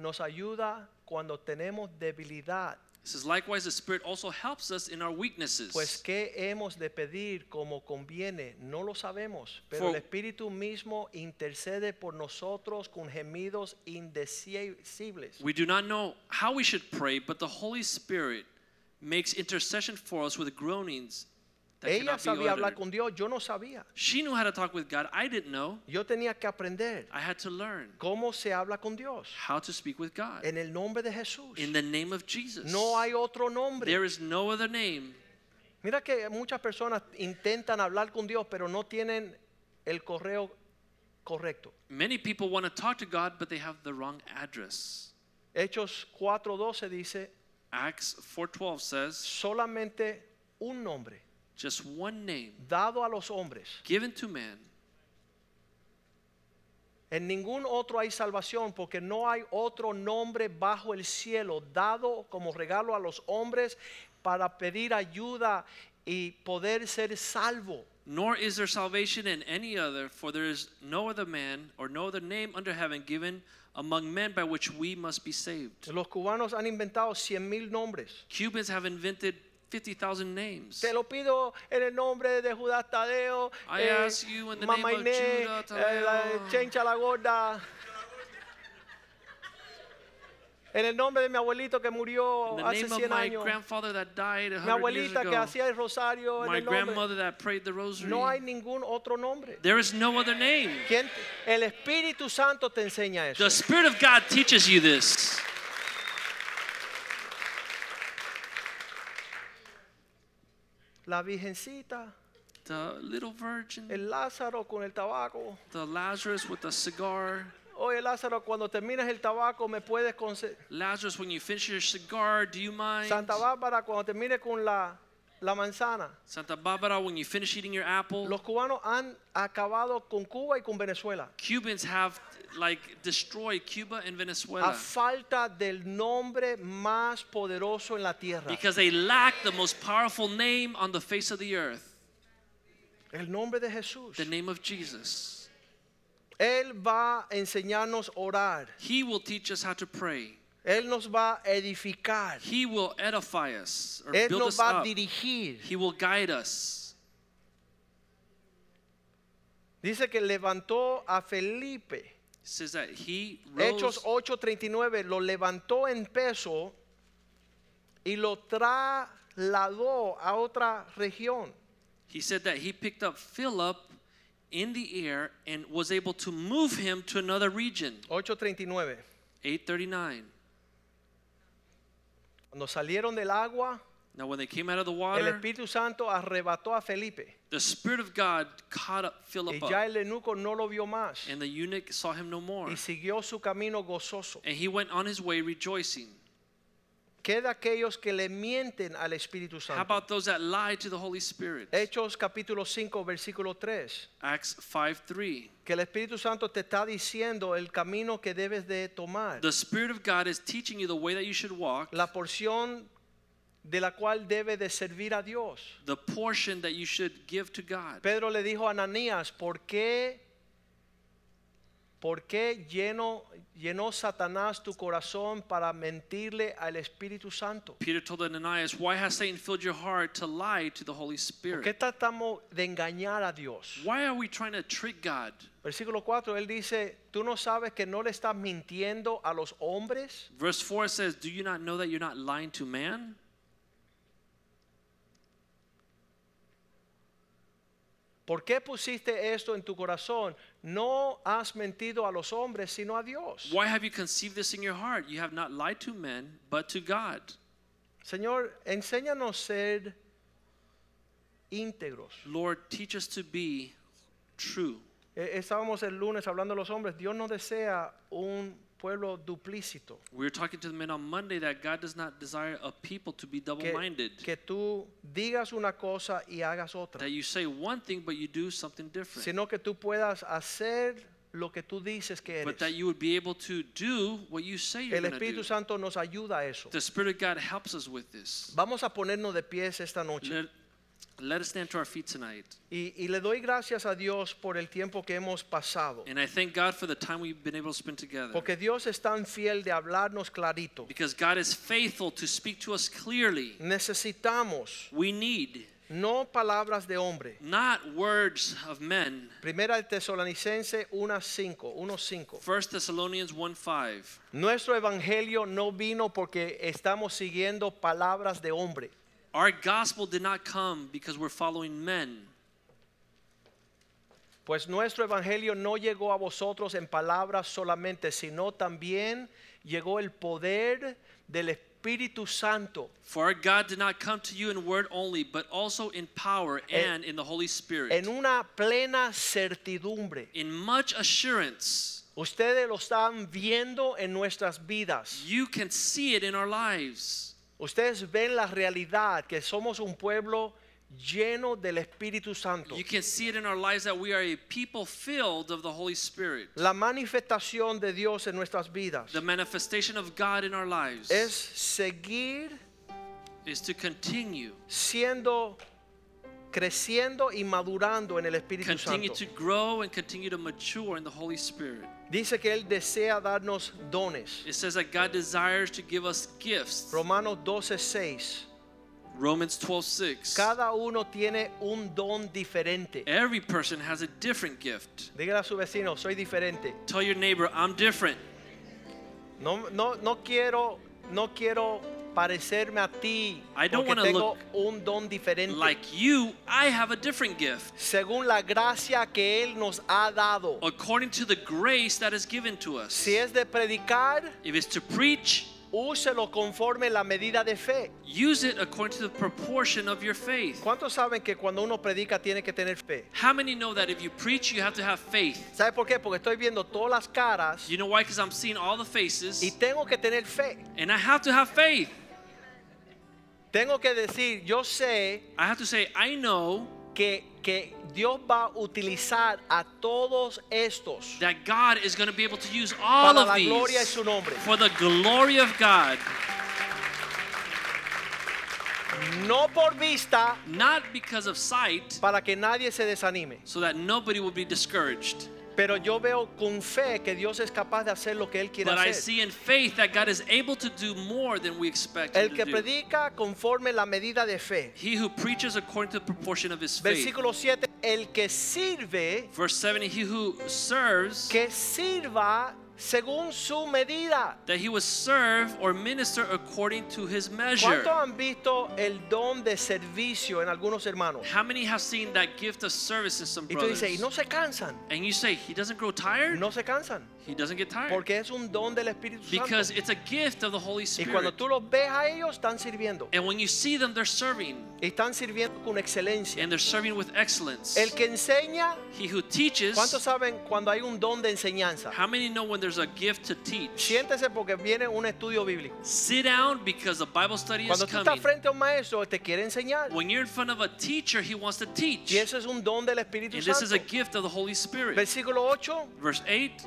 Speaker 1: nos ayuda cuando tenemos debilidad.
Speaker 2: This is likewise the Spirit also helps us in our
Speaker 1: Pues
Speaker 2: weaknesses.
Speaker 1: qué hemos de pedir como conviene, no lo sabemos, pero
Speaker 2: For-
Speaker 1: el Espíritu mismo intercede por nosotros con gemidos indecibles.
Speaker 2: We do not know how we should pray, but the Holy Spirit makes intercession for us with groanings that
Speaker 1: Ella
Speaker 2: cannot be
Speaker 1: sabía hablar
Speaker 2: uttered.
Speaker 1: con Dios, yo no sabía.
Speaker 2: She knew how to talk with God. I didn't know.
Speaker 1: Yo tenía que aprender
Speaker 2: I had to learn
Speaker 1: cómo se habla con Dios
Speaker 2: how to speak with God
Speaker 1: en el nombre de Jesús.
Speaker 2: in the name of Jesus.
Speaker 1: No hay otro nombre.
Speaker 2: There is no other name.
Speaker 1: Mira que muchas personas intentan hablar con Dios, pero no tienen el correo correcto.
Speaker 2: Many people want to talk to God, but they have the wrong address.
Speaker 1: Hechos 4:12 dice,
Speaker 2: Acts 4:12 says,
Speaker 1: solamente un nombre
Speaker 2: "Just one name
Speaker 1: dado a los hombres.
Speaker 2: given to man.
Speaker 1: En ningún otro hay salvación porque no hay otro nombre bajo el cielo dado como regalo a los hombres para pedir ayuda y poder ser salvo.
Speaker 2: Nor is there salvation in any other, for there is no other man or no other name under heaven given among men by which we must be saved."
Speaker 1: Los cubanos han inventado 100 mil nombres.
Speaker 2: Cubans have invented 50,000 names.
Speaker 1: Te lo pido en el nombre de Judas Tadeo,
Speaker 2: I ask you in the
Speaker 1: Mama
Speaker 2: name of
Speaker 1: Inés,
Speaker 2: Judas
Speaker 1: eh, la
Speaker 2: Tadeo.
Speaker 1: Chencha la Gorda, en el nombre de mi abuelito que
Speaker 2: In
Speaker 1: murió
Speaker 2: the
Speaker 1: hace
Speaker 2: name
Speaker 1: 100
Speaker 2: of my
Speaker 1: años,
Speaker 2: grandfather that died
Speaker 1: mi
Speaker 2: 100 years
Speaker 1: abuelita que
Speaker 2: ago,
Speaker 1: hacía el rosario, en
Speaker 2: my
Speaker 1: el nombre.
Speaker 2: grandmother that prayed the rosary.
Speaker 1: No hay ningún otro nombre.
Speaker 2: There is no other name.
Speaker 1: ¿Quién te- el Espíritu Santo te enseña eso.
Speaker 2: The Spirit of God teaches you this.
Speaker 1: La Virgencita,
Speaker 2: The little virgin,
Speaker 1: el Lázaro con el tabaco.
Speaker 2: the Lazarus with the cigar.
Speaker 1: Oye Lázaro, cuando terminas el tabaco me puedes conceder.
Speaker 2: Lazarus, when you finish your cigar, do you mind?
Speaker 1: Santa Bárbara, cuando termine con la, la manzana.
Speaker 2: Santa Barbara, when you finish eating your apple.
Speaker 1: Los cubanos han acabado con Cuba y con Venezuela.
Speaker 2: Cubans have like destroyed Cuba and Venezuela
Speaker 1: A falta del nombre más poderoso en la tierra.
Speaker 2: because they lack the most powerful name on the face of the earth,
Speaker 1: El nombre de Jesús.
Speaker 2: the name of Jesus.
Speaker 1: Él va a enseñarnos a orar.
Speaker 2: He will teach us how to pray.
Speaker 1: Él nos va a edificar.
Speaker 2: He will edify us or
Speaker 1: Él
Speaker 2: build
Speaker 1: nos
Speaker 2: us
Speaker 1: va a
Speaker 2: up.
Speaker 1: dirigir.
Speaker 2: He will guide us.
Speaker 1: Dice que levantó a Felipe.
Speaker 2: It says that he rose
Speaker 1: Hechos 8:39 lo levantó en peso y lo trasladó a otra región.
Speaker 2: He said that he picked up Philip in the air and was able to move him to another region.
Speaker 1: 8:39.
Speaker 2: 839.
Speaker 1: Cuando salieron del agua,
Speaker 2: Now, when they came out of the
Speaker 1: el
Speaker 2: water,
Speaker 1: Espíritu Santo arrebató a Felipe
Speaker 2: the Spirit of God caught up
Speaker 1: y
Speaker 2: Philip
Speaker 1: ya
Speaker 2: up,
Speaker 1: el eunuco no lo vio más
Speaker 2: and the eunuch saw him no more.
Speaker 1: y siguió su camino gozoso.
Speaker 2: And he went on his way rejoicing.
Speaker 1: Queda aquellos que le mienten al Espíritu
Speaker 2: How
Speaker 1: Santo.
Speaker 2: about those that lied to the Holy Spirit?
Speaker 1: Hechos capítulo 5 versículo 3,
Speaker 2: Acts 5 3.
Speaker 1: que el Espíritu Santo te está diciendo el camino que debes de tomar,
Speaker 2: The Spirit of God is teaching you the way that you should walk,
Speaker 1: la porción de la cual debe de servir a Dios.
Speaker 2: the portion that you should give to God.
Speaker 1: Pedro le dijo a Ananías, ¿por qué, por qué lleno, llenó Satanás tu corazón para mentirle al Espíritu Santo?
Speaker 2: Peter told Ananias, Why has Satan filled your heart to lie to the Holy
Speaker 1: ¿Por
Speaker 2: Spirit?
Speaker 1: qué tratamos de engañar a Dios?
Speaker 2: Why are we trying to trick God?
Speaker 1: Versículo 4, él dice, ¿tú no sabes que no le estás mintiendo a los hombres?
Speaker 2: Verse 4 says, Do you not know that you're not lying to man?
Speaker 1: ¿Por qué pusiste esto en tu corazón? No has mentido a los hombres, sino a Dios.
Speaker 2: Why have you conceived this in your heart? You have not lied to men, but to God.
Speaker 1: Señor, enséñanos ser íntegros.
Speaker 2: Lord, teach us to be true.
Speaker 1: Eh, Estábamos el lunes hablando de los hombres. Dios no desea un pueblo duplícito.
Speaker 2: We were talking to the men on Monday that God does not desire a people to be double
Speaker 1: Que,
Speaker 2: minded.
Speaker 1: que tú digas una cosa y hagas otra.
Speaker 2: That you say one thing, but you do something different.
Speaker 1: Sino que tú puedas hacer lo que tú dices que
Speaker 2: but that
Speaker 1: eres.
Speaker 2: you would be able to do what you say you're
Speaker 1: El
Speaker 2: going to do.
Speaker 1: Espíritu Santo nos ayuda a eso.
Speaker 2: The Spirit of God helps us with this.
Speaker 1: Vamos a ponernos de pies esta noche.
Speaker 2: Let, let us stand to our feet tonight.
Speaker 1: Y, y le doy gracias a Dios por el tiempo que hemos pasado.
Speaker 2: And I thank God for the time we've been able to spend together.
Speaker 1: Porque Dios es tan fiel de hablarnos clarito.
Speaker 2: Because God is faithful to speak to us clearly.
Speaker 1: Necesitamos
Speaker 2: We need
Speaker 1: no palabras de hombre.
Speaker 2: not words of men.
Speaker 1: Primera de Tesalonicense 1:5, 1:5.
Speaker 2: 1 Thessalonians 1 5.
Speaker 1: Nuestro evangelio no vino porque estamos siguiendo palabras de hombre,
Speaker 2: Our gospel did not come because we're following men.
Speaker 1: pues nuestro evangelio no llegó a vosotros en palabras solamente, sino también llegó el poder del Espíritu Santo.
Speaker 2: For our God did not come to you in word only, but also in power and in the Holy Spirit.
Speaker 1: Eh, En una plena certidumbre.
Speaker 2: In much assurance,
Speaker 1: Ustedes lo están viendo en nuestras vidas.
Speaker 2: you can see it in our lives.
Speaker 1: Ustedes ven la realidad que somos un pueblo lleno del Espíritu Santo.
Speaker 2: You can see it in our lives that we are a people filled of the Holy Spirit.
Speaker 1: La manifestación de Dios en nuestras vidas
Speaker 2: The manifestation of God in our lives
Speaker 1: es seguir
Speaker 2: is to continue,
Speaker 1: siendo creciendo y madurando en el Espíritu
Speaker 2: continue
Speaker 1: Santo.
Speaker 2: to grow and continue to mature in the Holy Spirit.
Speaker 1: Dice que él desea darnos dones.
Speaker 2: It says that God desires to give us gifts.
Speaker 1: Romanos 12:6.
Speaker 2: Romans 12 6.
Speaker 1: Cada uno tiene un don diferente.
Speaker 2: Every person has a different gift.
Speaker 1: Dígale a su vecino, soy diferente.
Speaker 2: Tell your neighbor, I'm different.
Speaker 1: No, no, no quiero, no quiero parecerme a ti
Speaker 2: I don't
Speaker 1: porque
Speaker 2: wanna
Speaker 1: tengo
Speaker 2: look
Speaker 1: un don diferente.
Speaker 2: Like you, I have a different gift.
Speaker 1: según la gracia que él nos ha dado.
Speaker 2: According to the grace that is given to us.
Speaker 1: Si es de predicar,
Speaker 2: If it's to preach,
Speaker 1: úselo conforme la medida de fe.
Speaker 2: use it according to the proportion of your faith.
Speaker 1: ¿Cuántos saben que cuando uno predica tiene que tener fe?
Speaker 2: How many know that if you preach, you have to have faith?
Speaker 1: ¿Sabe por qué? Porque estoy viendo todas las caras
Speaker 2: You know why? Because I'm seeing all the
Speaker 1: y
Speaker 2: faces,
Speaker 1: tengo que tener fe.
Speaker 2: and I have to have faith.
Speaker 1: Tengo que decir, yo sé
Speaker 2: I have to say, I know
Speaker 1: que, que Dios va a utilizar a todos estos
Speaker 2: that God is going to be able to use all
Speaker 1: para
Speaker 2: of
Speaker 1: la gloria de
Speaker 2: these
Speaker 1: su nombre.
Speaker 2: for the glory of God,
Speaker 1: No por vista,
Speaker 2: not because of sight,
Speaker 1: para que nadie se desanime.
Speaker 2: so that nobody will be discouraged.
Speaker 1: Pero yo veo con fe que Dios es capaz de hacer lo que Él quiere
Speaker 2: But I
Speaker 1: hacer.
Speaker 2: see in faith that God is able to do more than we expect
Speaker 1: El
Speaker 2: Him
Speaker 1: que
Speaker 2: to do.
Speaker 1: predica conforme la medida de fe.
Speaker 2: He who preaches according to the proportion of his faith.
Speaker 1: Versículo 7. El que sirve,
Speaker 2: Verse 70 He who serves,
Speaker 1: que sirva según su medida.
Speaker 2: that he would serve or minister according to his measure.
Speaker 1: ¿Cuántos han visto el don de servicio en algunos hermanos?
Speaker 2: How many have seen that gift of service in some
Speaker 1: Y tú
Speaker 2: brothers?
Speaker 1: dices, y no se cansan.
Speaker 2: And you say, He doesn't grow tired?
Speaker 1: No se cansan.
Speaker 2: He doesn't get tired.
Speaker 1: Porque es un don del Espíritu
Speaker 2: Because
Speaker 1: Santo.
Speaker 2: it's a gift of the Holy
Speaker 1: Y
Speaker 2: Spirit.
Speaker 1: cuando tú los ves a ellos, están sirviendo.
Speaker 2: And when you see them, they're serving.
Speaker 1: Y están sirviendo con excelencia.
Speaker 2: And they're serving with excellence.
Speaker 1: El que enseña,
Speaker 2: He who teaches,
Speaker 1: ¿cuántos saben cuando hay un don de enseñanza?
Speaker 2: how many know when there's a gift to teach?
Speaker 1: Siéntese porque viene un estudio bíblico.
Speaker 2: Sit down because the Bible study is
Speaker 1: Cuando tú estás
Speaker 2: coming.
Speaker 1: frente a un maestro, él te quiere enseñar.
Speaker 2: When you're in front of a teacher, he wants to teach.
Speaker 1: Y eso es un don del Espíritu
Speaker 2: And this is a
Speaker 1: Santo.
Speaker 2: gift of the Holy Spirit.
Speaker 1: Versículo 8.
Speaker 2: Verse 8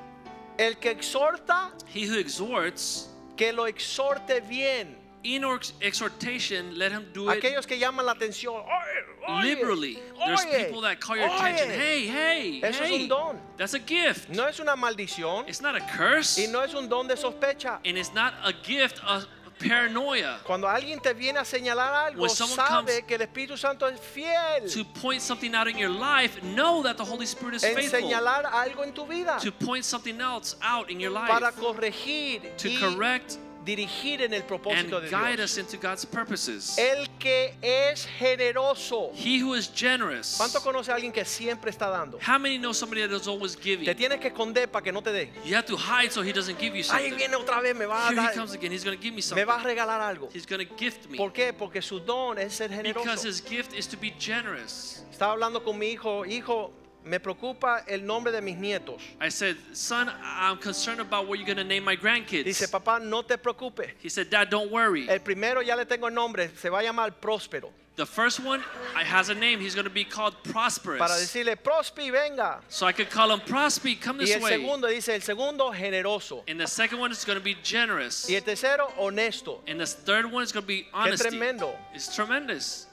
Speaker 1: El que exhorta,
Speaker 2: He who exhorts,
Speaker 1: que lo exhorte bien.
Speaker 2: in ex- exhortation, let him do it
Speaker 1: Aquellos que llaman la atención. "Oye, oye,
Speaker 2: liberally. There's
Speaker 1: oye,
Speaker 2: people that call your attention,
Speaker 1: oye".
Speaker 2: hey, hey,
Speaker 1: Eso es
Speaker 2: hey.
Speaker 1: un don.
Speaker 2: That's a gift.
Speaker 1: No es una maldición
Speaker 2: It's not a curse.
Speaker 1: y no es un don de sospecha.
Speaker 2: And it's not a gift of paranoia
Speaker 1: Cuando alguien te viene a señalar algo,
Speaker 2: When someone
Speaker 1: sabe
Speaker 2: comes-
Speaker 1: que el Espíritu Santo es fiel
Speaker 2: to point something out in your life. Know that the Holy Spirit is
Speaker 1: en
Speaker 2: faithful
Speaker 1: señalar algo en tu vida
Speaker 2: to point something else out in your life
Speaker 1: para corregir
Speaker 2: to
Speaker 1: y
Speaker 2: correct
Speaker 1: dirigir en el
Speaker 2: and
Speaker 1: propósito de
Speaker 2: guide
Speaker 1: Dios. Eh.
Speaker 2: us into God's purposes.
Speaker 1: El que es generoso.
Speaker 2: He who is generous.
Speaker 1: ¿Cuánto conoce a alguien que siempre está dando?
Speaker 2: How many know somebody that is always giving?
Speaker 1: Te tienes que esconder para que no te dé.
Speaker 2: You have to hide so he doesn't give you
Speaker 1: Ahí
Speaker 2: something.
Speaker 1: viene otra vez, me va a
Speaker 2: Here he
Speaker 1: dar,
Speaker 2: comes again. He's going to give me
Speaker 1: me
Speaker 2: something.
Speaker 1: va a regalar algo.
Speaker 2: He's going to gift me.
Speaker 1: ¿Por qué? Porque su don es ser
Speaker 2: Because
Speaker 1: generoso.
Speaker 2: his gift is to be generous.
Speaker 1: Estaba hablando con mi hijo, hijo, me preocupa el nombre de mis nietos.
Speaker 2: I said, son, I'm concerned about what you're going to name my grandkids.
Speaker 1: Dice, Eh. papá, no te preocupes.
Speaker 2: he said, Dad, don't worry.
Speaker 1: El primero ya le tengo el nombre, se va a llamar Próspero.
Speaker 2: The first one I has a name. He's going to be called Prosperous.
Speaker 1: Para decirle, Prospi, venga.
Speaker 2: so I could call him Prosper. Come
Speaker 1: Y
Speaker 2: this
Speaker 1: el
Speaker 2: way.
Speaker 1: segundo dice, el segundo generoso.
Speaker 2: and the second one is going to be generous.
Speaker 1: Y el tercero honesto.
Speaker 2: and the third one is going to be honesty.
Speaker 1: tremendo.
Speaker 2: It's tremendous.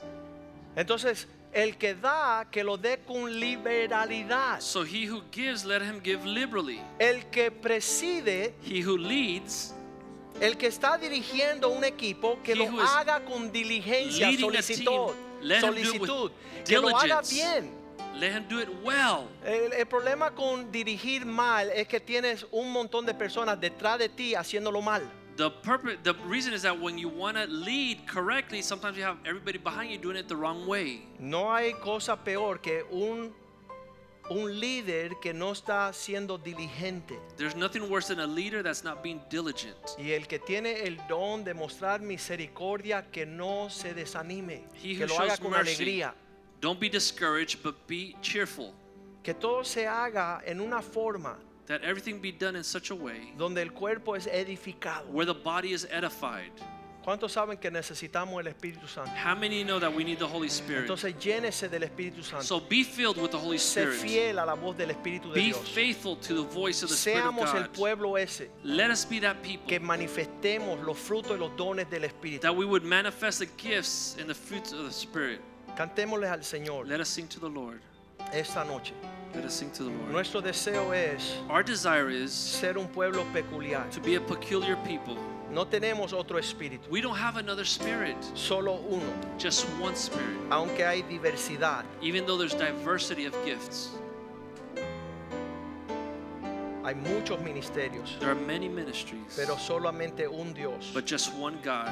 Speaker 1: Entonces, el que da, que lo dé con liberalidad.
Speaker 2: So he who gives, let him give liberally.
Speaker 1: El que preside,
Speaker 2: He who leads,
Speaker 1: el que está dirigiendo un equipo, que
Speaker 2: He
Speaker 1: lo
Speaker 2: who is
Speaker 1: haga con diligencia,
Speaker 2: leading a
Speaker 1: solicitud,
Speaker 2: team, let him do it with
Speaker 1: solicitud, que lo haga
Speaker 2: diligence.
Speaker 1: bien.
Speaker 2: let him do it well.
Speaker 1: El, el problema con dirigir mal es que tienes un montón de personas detrás de ti haciéndolo mal.
Speaker 2: The purpose, the reason is that when you want to lead correctly, sometimes you have everybody behind you doing it the wrong way.
Speaker 1: No hay cosa peor que un, un líder que no está siendo diligente.
Speaker 2: There's nothing worse than a leader that's not being diligent.
Speaker 1: Y el que tiene el don de mostrar misericordia, que no se desanime,
Speaker 2: He
Speaker 1: que
Speaker 2: who
Speaker 1: lo haga
Speaker 2: shows
Speaker 1: con
Speaker 2: mercy,
Speaker 1: alegría,
Speaker 2: don't be discouraged, but be cheerful.
Speaker 1: que todo se haga en una forma
Speaker 2: That everything be done in such a way
Speaker 1: donde el cuerpo es edificado.
Speaker 2: where the body is edified.
Speaker 1: ¿Cuántos saben que necesitamos el Espíritu Santo?
Speaker 2: How many know that we need the Holy Spirit?
Speaker 1: Entonces llénese del Espíritu Santo.
Speaker 2: So be filled with the Holy
Speaker 1: Sé
Speaker 2: Spirit.
Speaker 1: fiel a la voz del Espíritu de
Speaker 2: Be
Speaker 1: Dios.
Speaker 2: faithful to the voice of the Spirit of
Speaker 1: Seamos el
Speaker 2: God.
Speaker 1: pueblo ese
Speaker 2: Let us be that
Speaker 1: que
Speaker 2: people
Speaker 1: manifestemos los frutos y los dones del Espíritu.
Speaker 2: that we would manifest the gifts and the fruits of the Spirit.
Speaker 1: Cantémosles al Señor
Speaker 2: Let us sing to the Lord.
Speaker 1: esta noche.
Speaker 2: Let us sing to the Lord.
Speaker 1: Nuestro deseo es
Speaker 2: Our desire is
Speaker 1: ser un pueblo peculiar.
Speaker 2: to be a peculiar people.
Speaker 1: No tenemos otro espíritu,
Speaker 2: We don't have another spirit,
Speaker 1: solo uno,
Speaker 2: just one spirit,
Speaker 1: aunque hay diversidad.
Speaker 2: even though there's diversity of gifts.
Speaker 1: Hay muchos ministerios,
Speaker 2: There are many ministries,
Speaker 1: pero solamente un Dios.
Speaker 2: but just one God.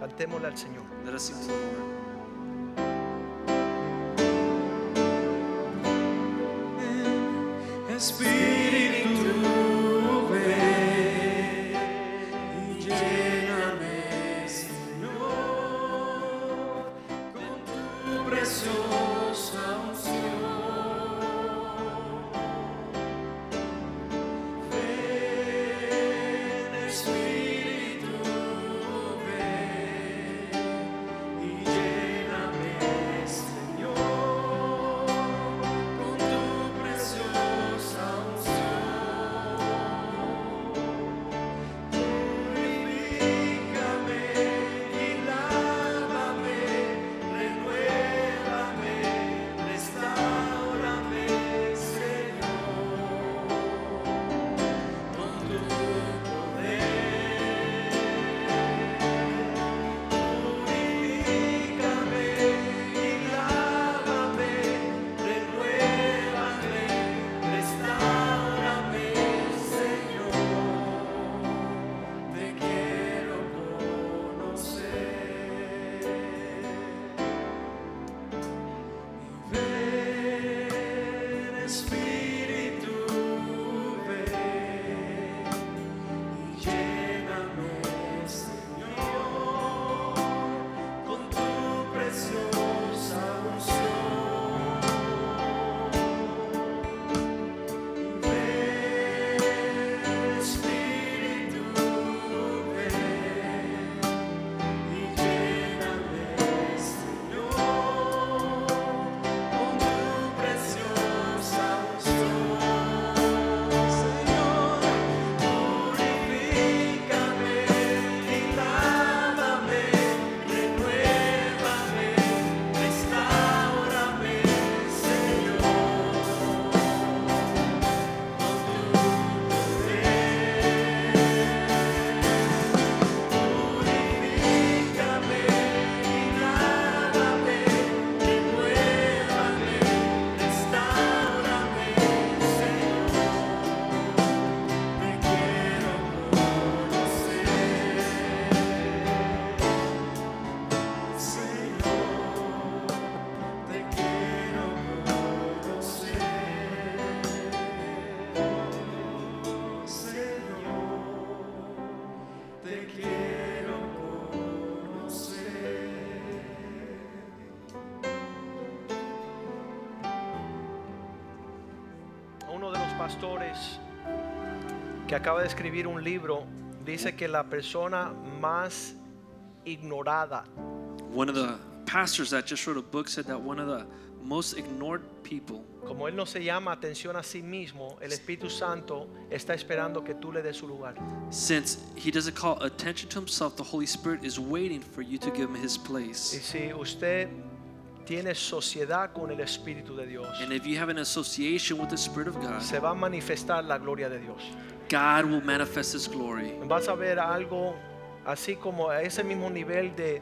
Speaker 1: Cantémosle al Señor.
Speaker 2: Let us sing to the Lord.
Speaker 3: Espíritu ven y lléname, Señor, con tu preciosa unción. Ven, Espíritu ven y lléname, Señor, con tu preciosa unción, purifícame y lávame, renuévame,
Speaker 1: pastores que acaba de escribir un libro dice que la persona más ignorada
Speaker 2: One of the pastors that just wrote a book said that one of the most ignored people,
Speaker 1: Como Él no se llama atención a sí mismo, el Espíritu Santo está esperando que tú le des su lugar.
Speaker 2: since he doesn't call attention to himself, the Holy Spirit is waiting for you to give him his
Speaker 1: Y
Speaker 2: place.
Speaker 1: si usted tiene sociedad con el Espíritu de Dios,
Speaker 2: And if you have an association with the Spirit of God,
Speaker 1: se va a manifestar la gloria de Dios.
Speaker 2: God will manifest his glory.
Speaker 1: Vas a ver algo así como a ese mismo nivel de,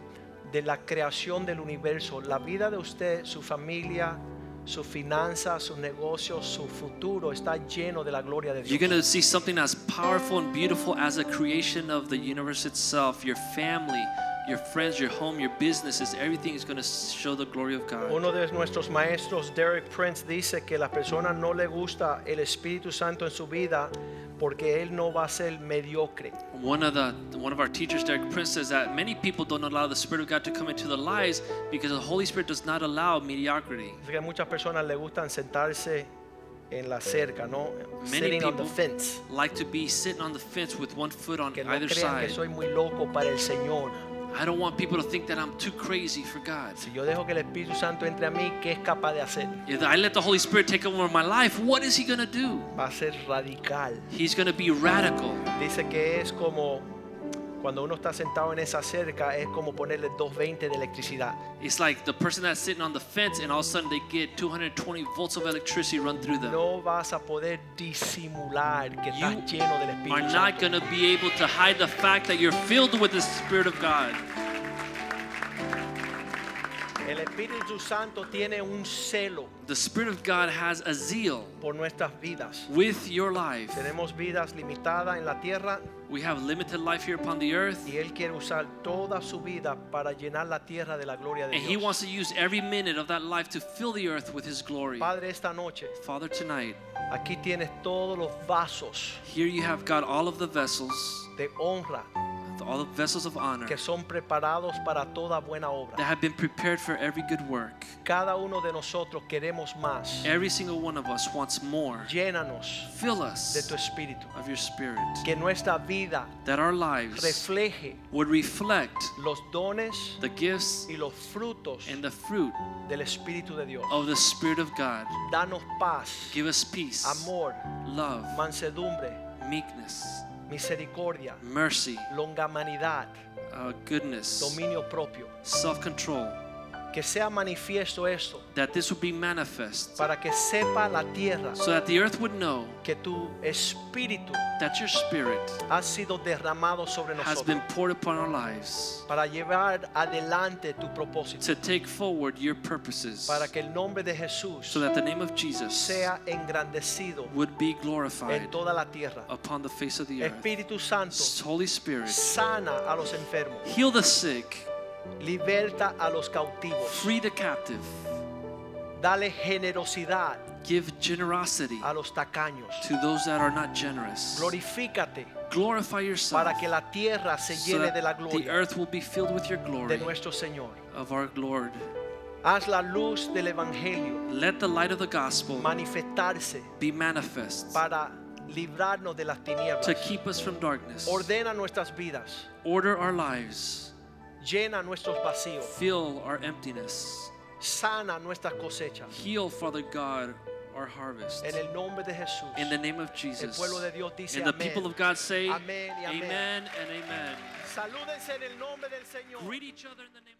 Speaker 1: de la creación del universo, la vida de usted, su familia. Sus finanzas, sus negocios, su futuro está lleno de la gloria de
Speaker 2: You're
Speaker 1: Dios.
Speaker 2: going to see something as powerful and beautiful as a creation of the universe itself. Your family, your friends, your home, your businesses, everything is going to show the glory of God.
Speaker 1: Uno de nuestros maestros, Derek Prince, dice que la persona no le gusta el Espíritu Santo en su vida porque él no va a ser mediocre.
Speaker 2: One of the one of our teachers, Derek Prince, says that many people don't allow the Spirit of God to come into their lives because the Holy Spirit does not allow mediocrity.
Speaker 1: Es que a muchas personas le gustan sentarse en la cerca, ¿no? Sitting on the fence.
Speaker 2: like to be sitting on the fence with one foot on
Speaker 1: Que no
Speaker 2: either
Speaker 1: crean que
Speaker 2: side.
Speaker 1: soy muy loco para el Señor.
Speaker 2: I don't want people to think that I'm too crazy for God.
Speaker 1: Si yo dejo que el Espíritu Santo entre a mí, ¿qué es capaz de hacer?
Speaker 2: If I let the Holy Spirit take over my life, what is He going to do?
Speaker 1: Va a ser radical.
Speaker 2: He's going to be radical.
Speaker 1: Dice que es como cuando uno está sentado en esa cerca, es como ponerle 220 de electricidad.
Speaker 2: It's like the person that's sitting on the fence and all of a sudden they get 220 volts of electricity run through them.
Speaker 1: No vas a poder disimular que estás
Speaker 2: You
Speaker 1: lleno del
Speaker 2: Are
Speaker 1: Espíritu
Speaker 2: not
Speaker 1: Santo.
Speaker 2: going to be able to hide the fact that you're filled with the Spirit of God.
Speaker 1: El Espíritu Santo tiene un celo
Speaker 2: The Spirit of God has a zeal
Speaker 1: por nuestras vidas.
Speaker 2: with your life.
Speaker 1: Tenemos vidas limitadas en la tierra
Speaker 2: We have limited life here upon the earth,
Speaker 1: y Él quiere usar toda su vida para llenar la tierra de la gloria de
Speaker 2: and He
Speaker 1: Dios.
Speaker 2: wants to use every minute of that life to fill the earth with His glory.
Speaker 1: Padre, esta noche,
Speaker 2: Father, tonight,
Speaker 1: aquí tienes todos los vasos
Speaker 2: here you have got all of the vessels,
Speaker 1: de honra
Speaker 2: all the vessels of honor
Speaker 1: que son preparados para toda buena
Speaker 2: that
Speaker 1: obra.
Speaker 2: have been prepared for every good work.
Speaker 1: Cada uno de nosotros queremos más.
Speaker 2: Every single one of us wants more.
Speaker 1: Llénanos
Speaker 2: Fill
Speaker 1: de
Speaker 2: us
Speaker 1: tu Espíritu.
Speaker 2: of your spirit.
Speaker 1: Que nuestra vida
Speaker 2: That our lives
Speaker 1: refleje
Speaker 2: would reflect
Speaker 1: los dones
Speaker 2: the gifts
Speaker 1: y los frutos
Speaker 2: and the fruit
Speaker 1: del Espíritu de Dios.
Speaker 2: of the Spirit of God.
Speaker 1: Danos paz,
Speaker 2: Give us peace,
Speaker 1: amor,
Speaker 2: love,
Speaker 1: mansedumbre,
Speaker 2: meekness,
Speaker 1: misericordia,
Speaker 2: mercy,
Speaker 1: longamanidad,
Speaker 2: uh, goodness,
Speaker 1: dominio propio.
Speaker 2: self control.
Speaker 1: Que sea manifiesto esto
Speaker 2: That this would be manifest
Speaker 1: para que sepa la tierra
Speaker 2: so that the earth would know
Speaker 1: que tu espíritu
Speaker 2: that your spirit
Speaker 1: ha sido derramado sobre
Speaker 2: has been
Speaker 1: nosotros
Speaker 2: poured upon our lives
Speaker 1: para llevar adelante tu propósito,
Speaker 2: to take forward your purposes
Speaker 1: para que el nombre de Jesús
Speaker 2: so that the name of Jesus
Speaker 1: sea engrandecido
Speaker 2: would be
Speaker 1: en
Speaker 2: glorified
Speaker 1: toda la tierra.
Speaker 2: upon the face of the earth.
Speaker 1: Espíritu Santo,
Speaker 2: Holy Spirit,
Speaker 1: sana a los enfermos.
Speaker 2: heal the sick,
Speaker 1: Liberta a los cautivos.
Speaker 2: free the captive,
Speaker 1: Dale generosidad
Speaker 2: give generosity
Speaker 1: a los tacaños.
Speaker 2: to those that are not generous.
Speaker 1: Glorifícate
Speaker 2: Glorify yourself
Speaker 1: para que la tierra se
Speaker 2: so
Speaker 1: llene
Speaker 2: that
Speaker 1: de la
Speaker 2: the
Speaker 1: gloria
Speaker 2: earth will be filled with your
Speaker 1: de
Speaker 2: glory
Speaker 1: nuestro Señor.
Speaker 2: of our Lord.
Speaker 1: Haz la luz del Evangelio
Speaker 2: Let the light of the gospel
Speaker 1: manifestarse
Speaker 2: be manifest
Speaker 1: para librarnos de las tinieblas.
Speaker 2: to keep us from darkness.
Speaker 1: Ordena nuestras vidas.
Speaker 2: Order our lives,
Speaker 1: Llena nuestros vacíos.
Speaker 2: fill our emptiness,
Speaker 1: Sana nuestras cosechas.
Speaker 2: heal, Father God, our harvest.
Speaker 1: En el nombre de Jesús.
Speaker 2: In the name of Jesus.
Speaker 1: pueblo de Dios dice
Speaker 2: and the
Speaker 1: amén.
Speaker 2: people of God say,
Speaker 1: Amén y amén.
Speaker 2: Amen and Amen.
Speaker 1: Salúdense en el nombre del Señor.
Speaker 2: Greet each other in the name of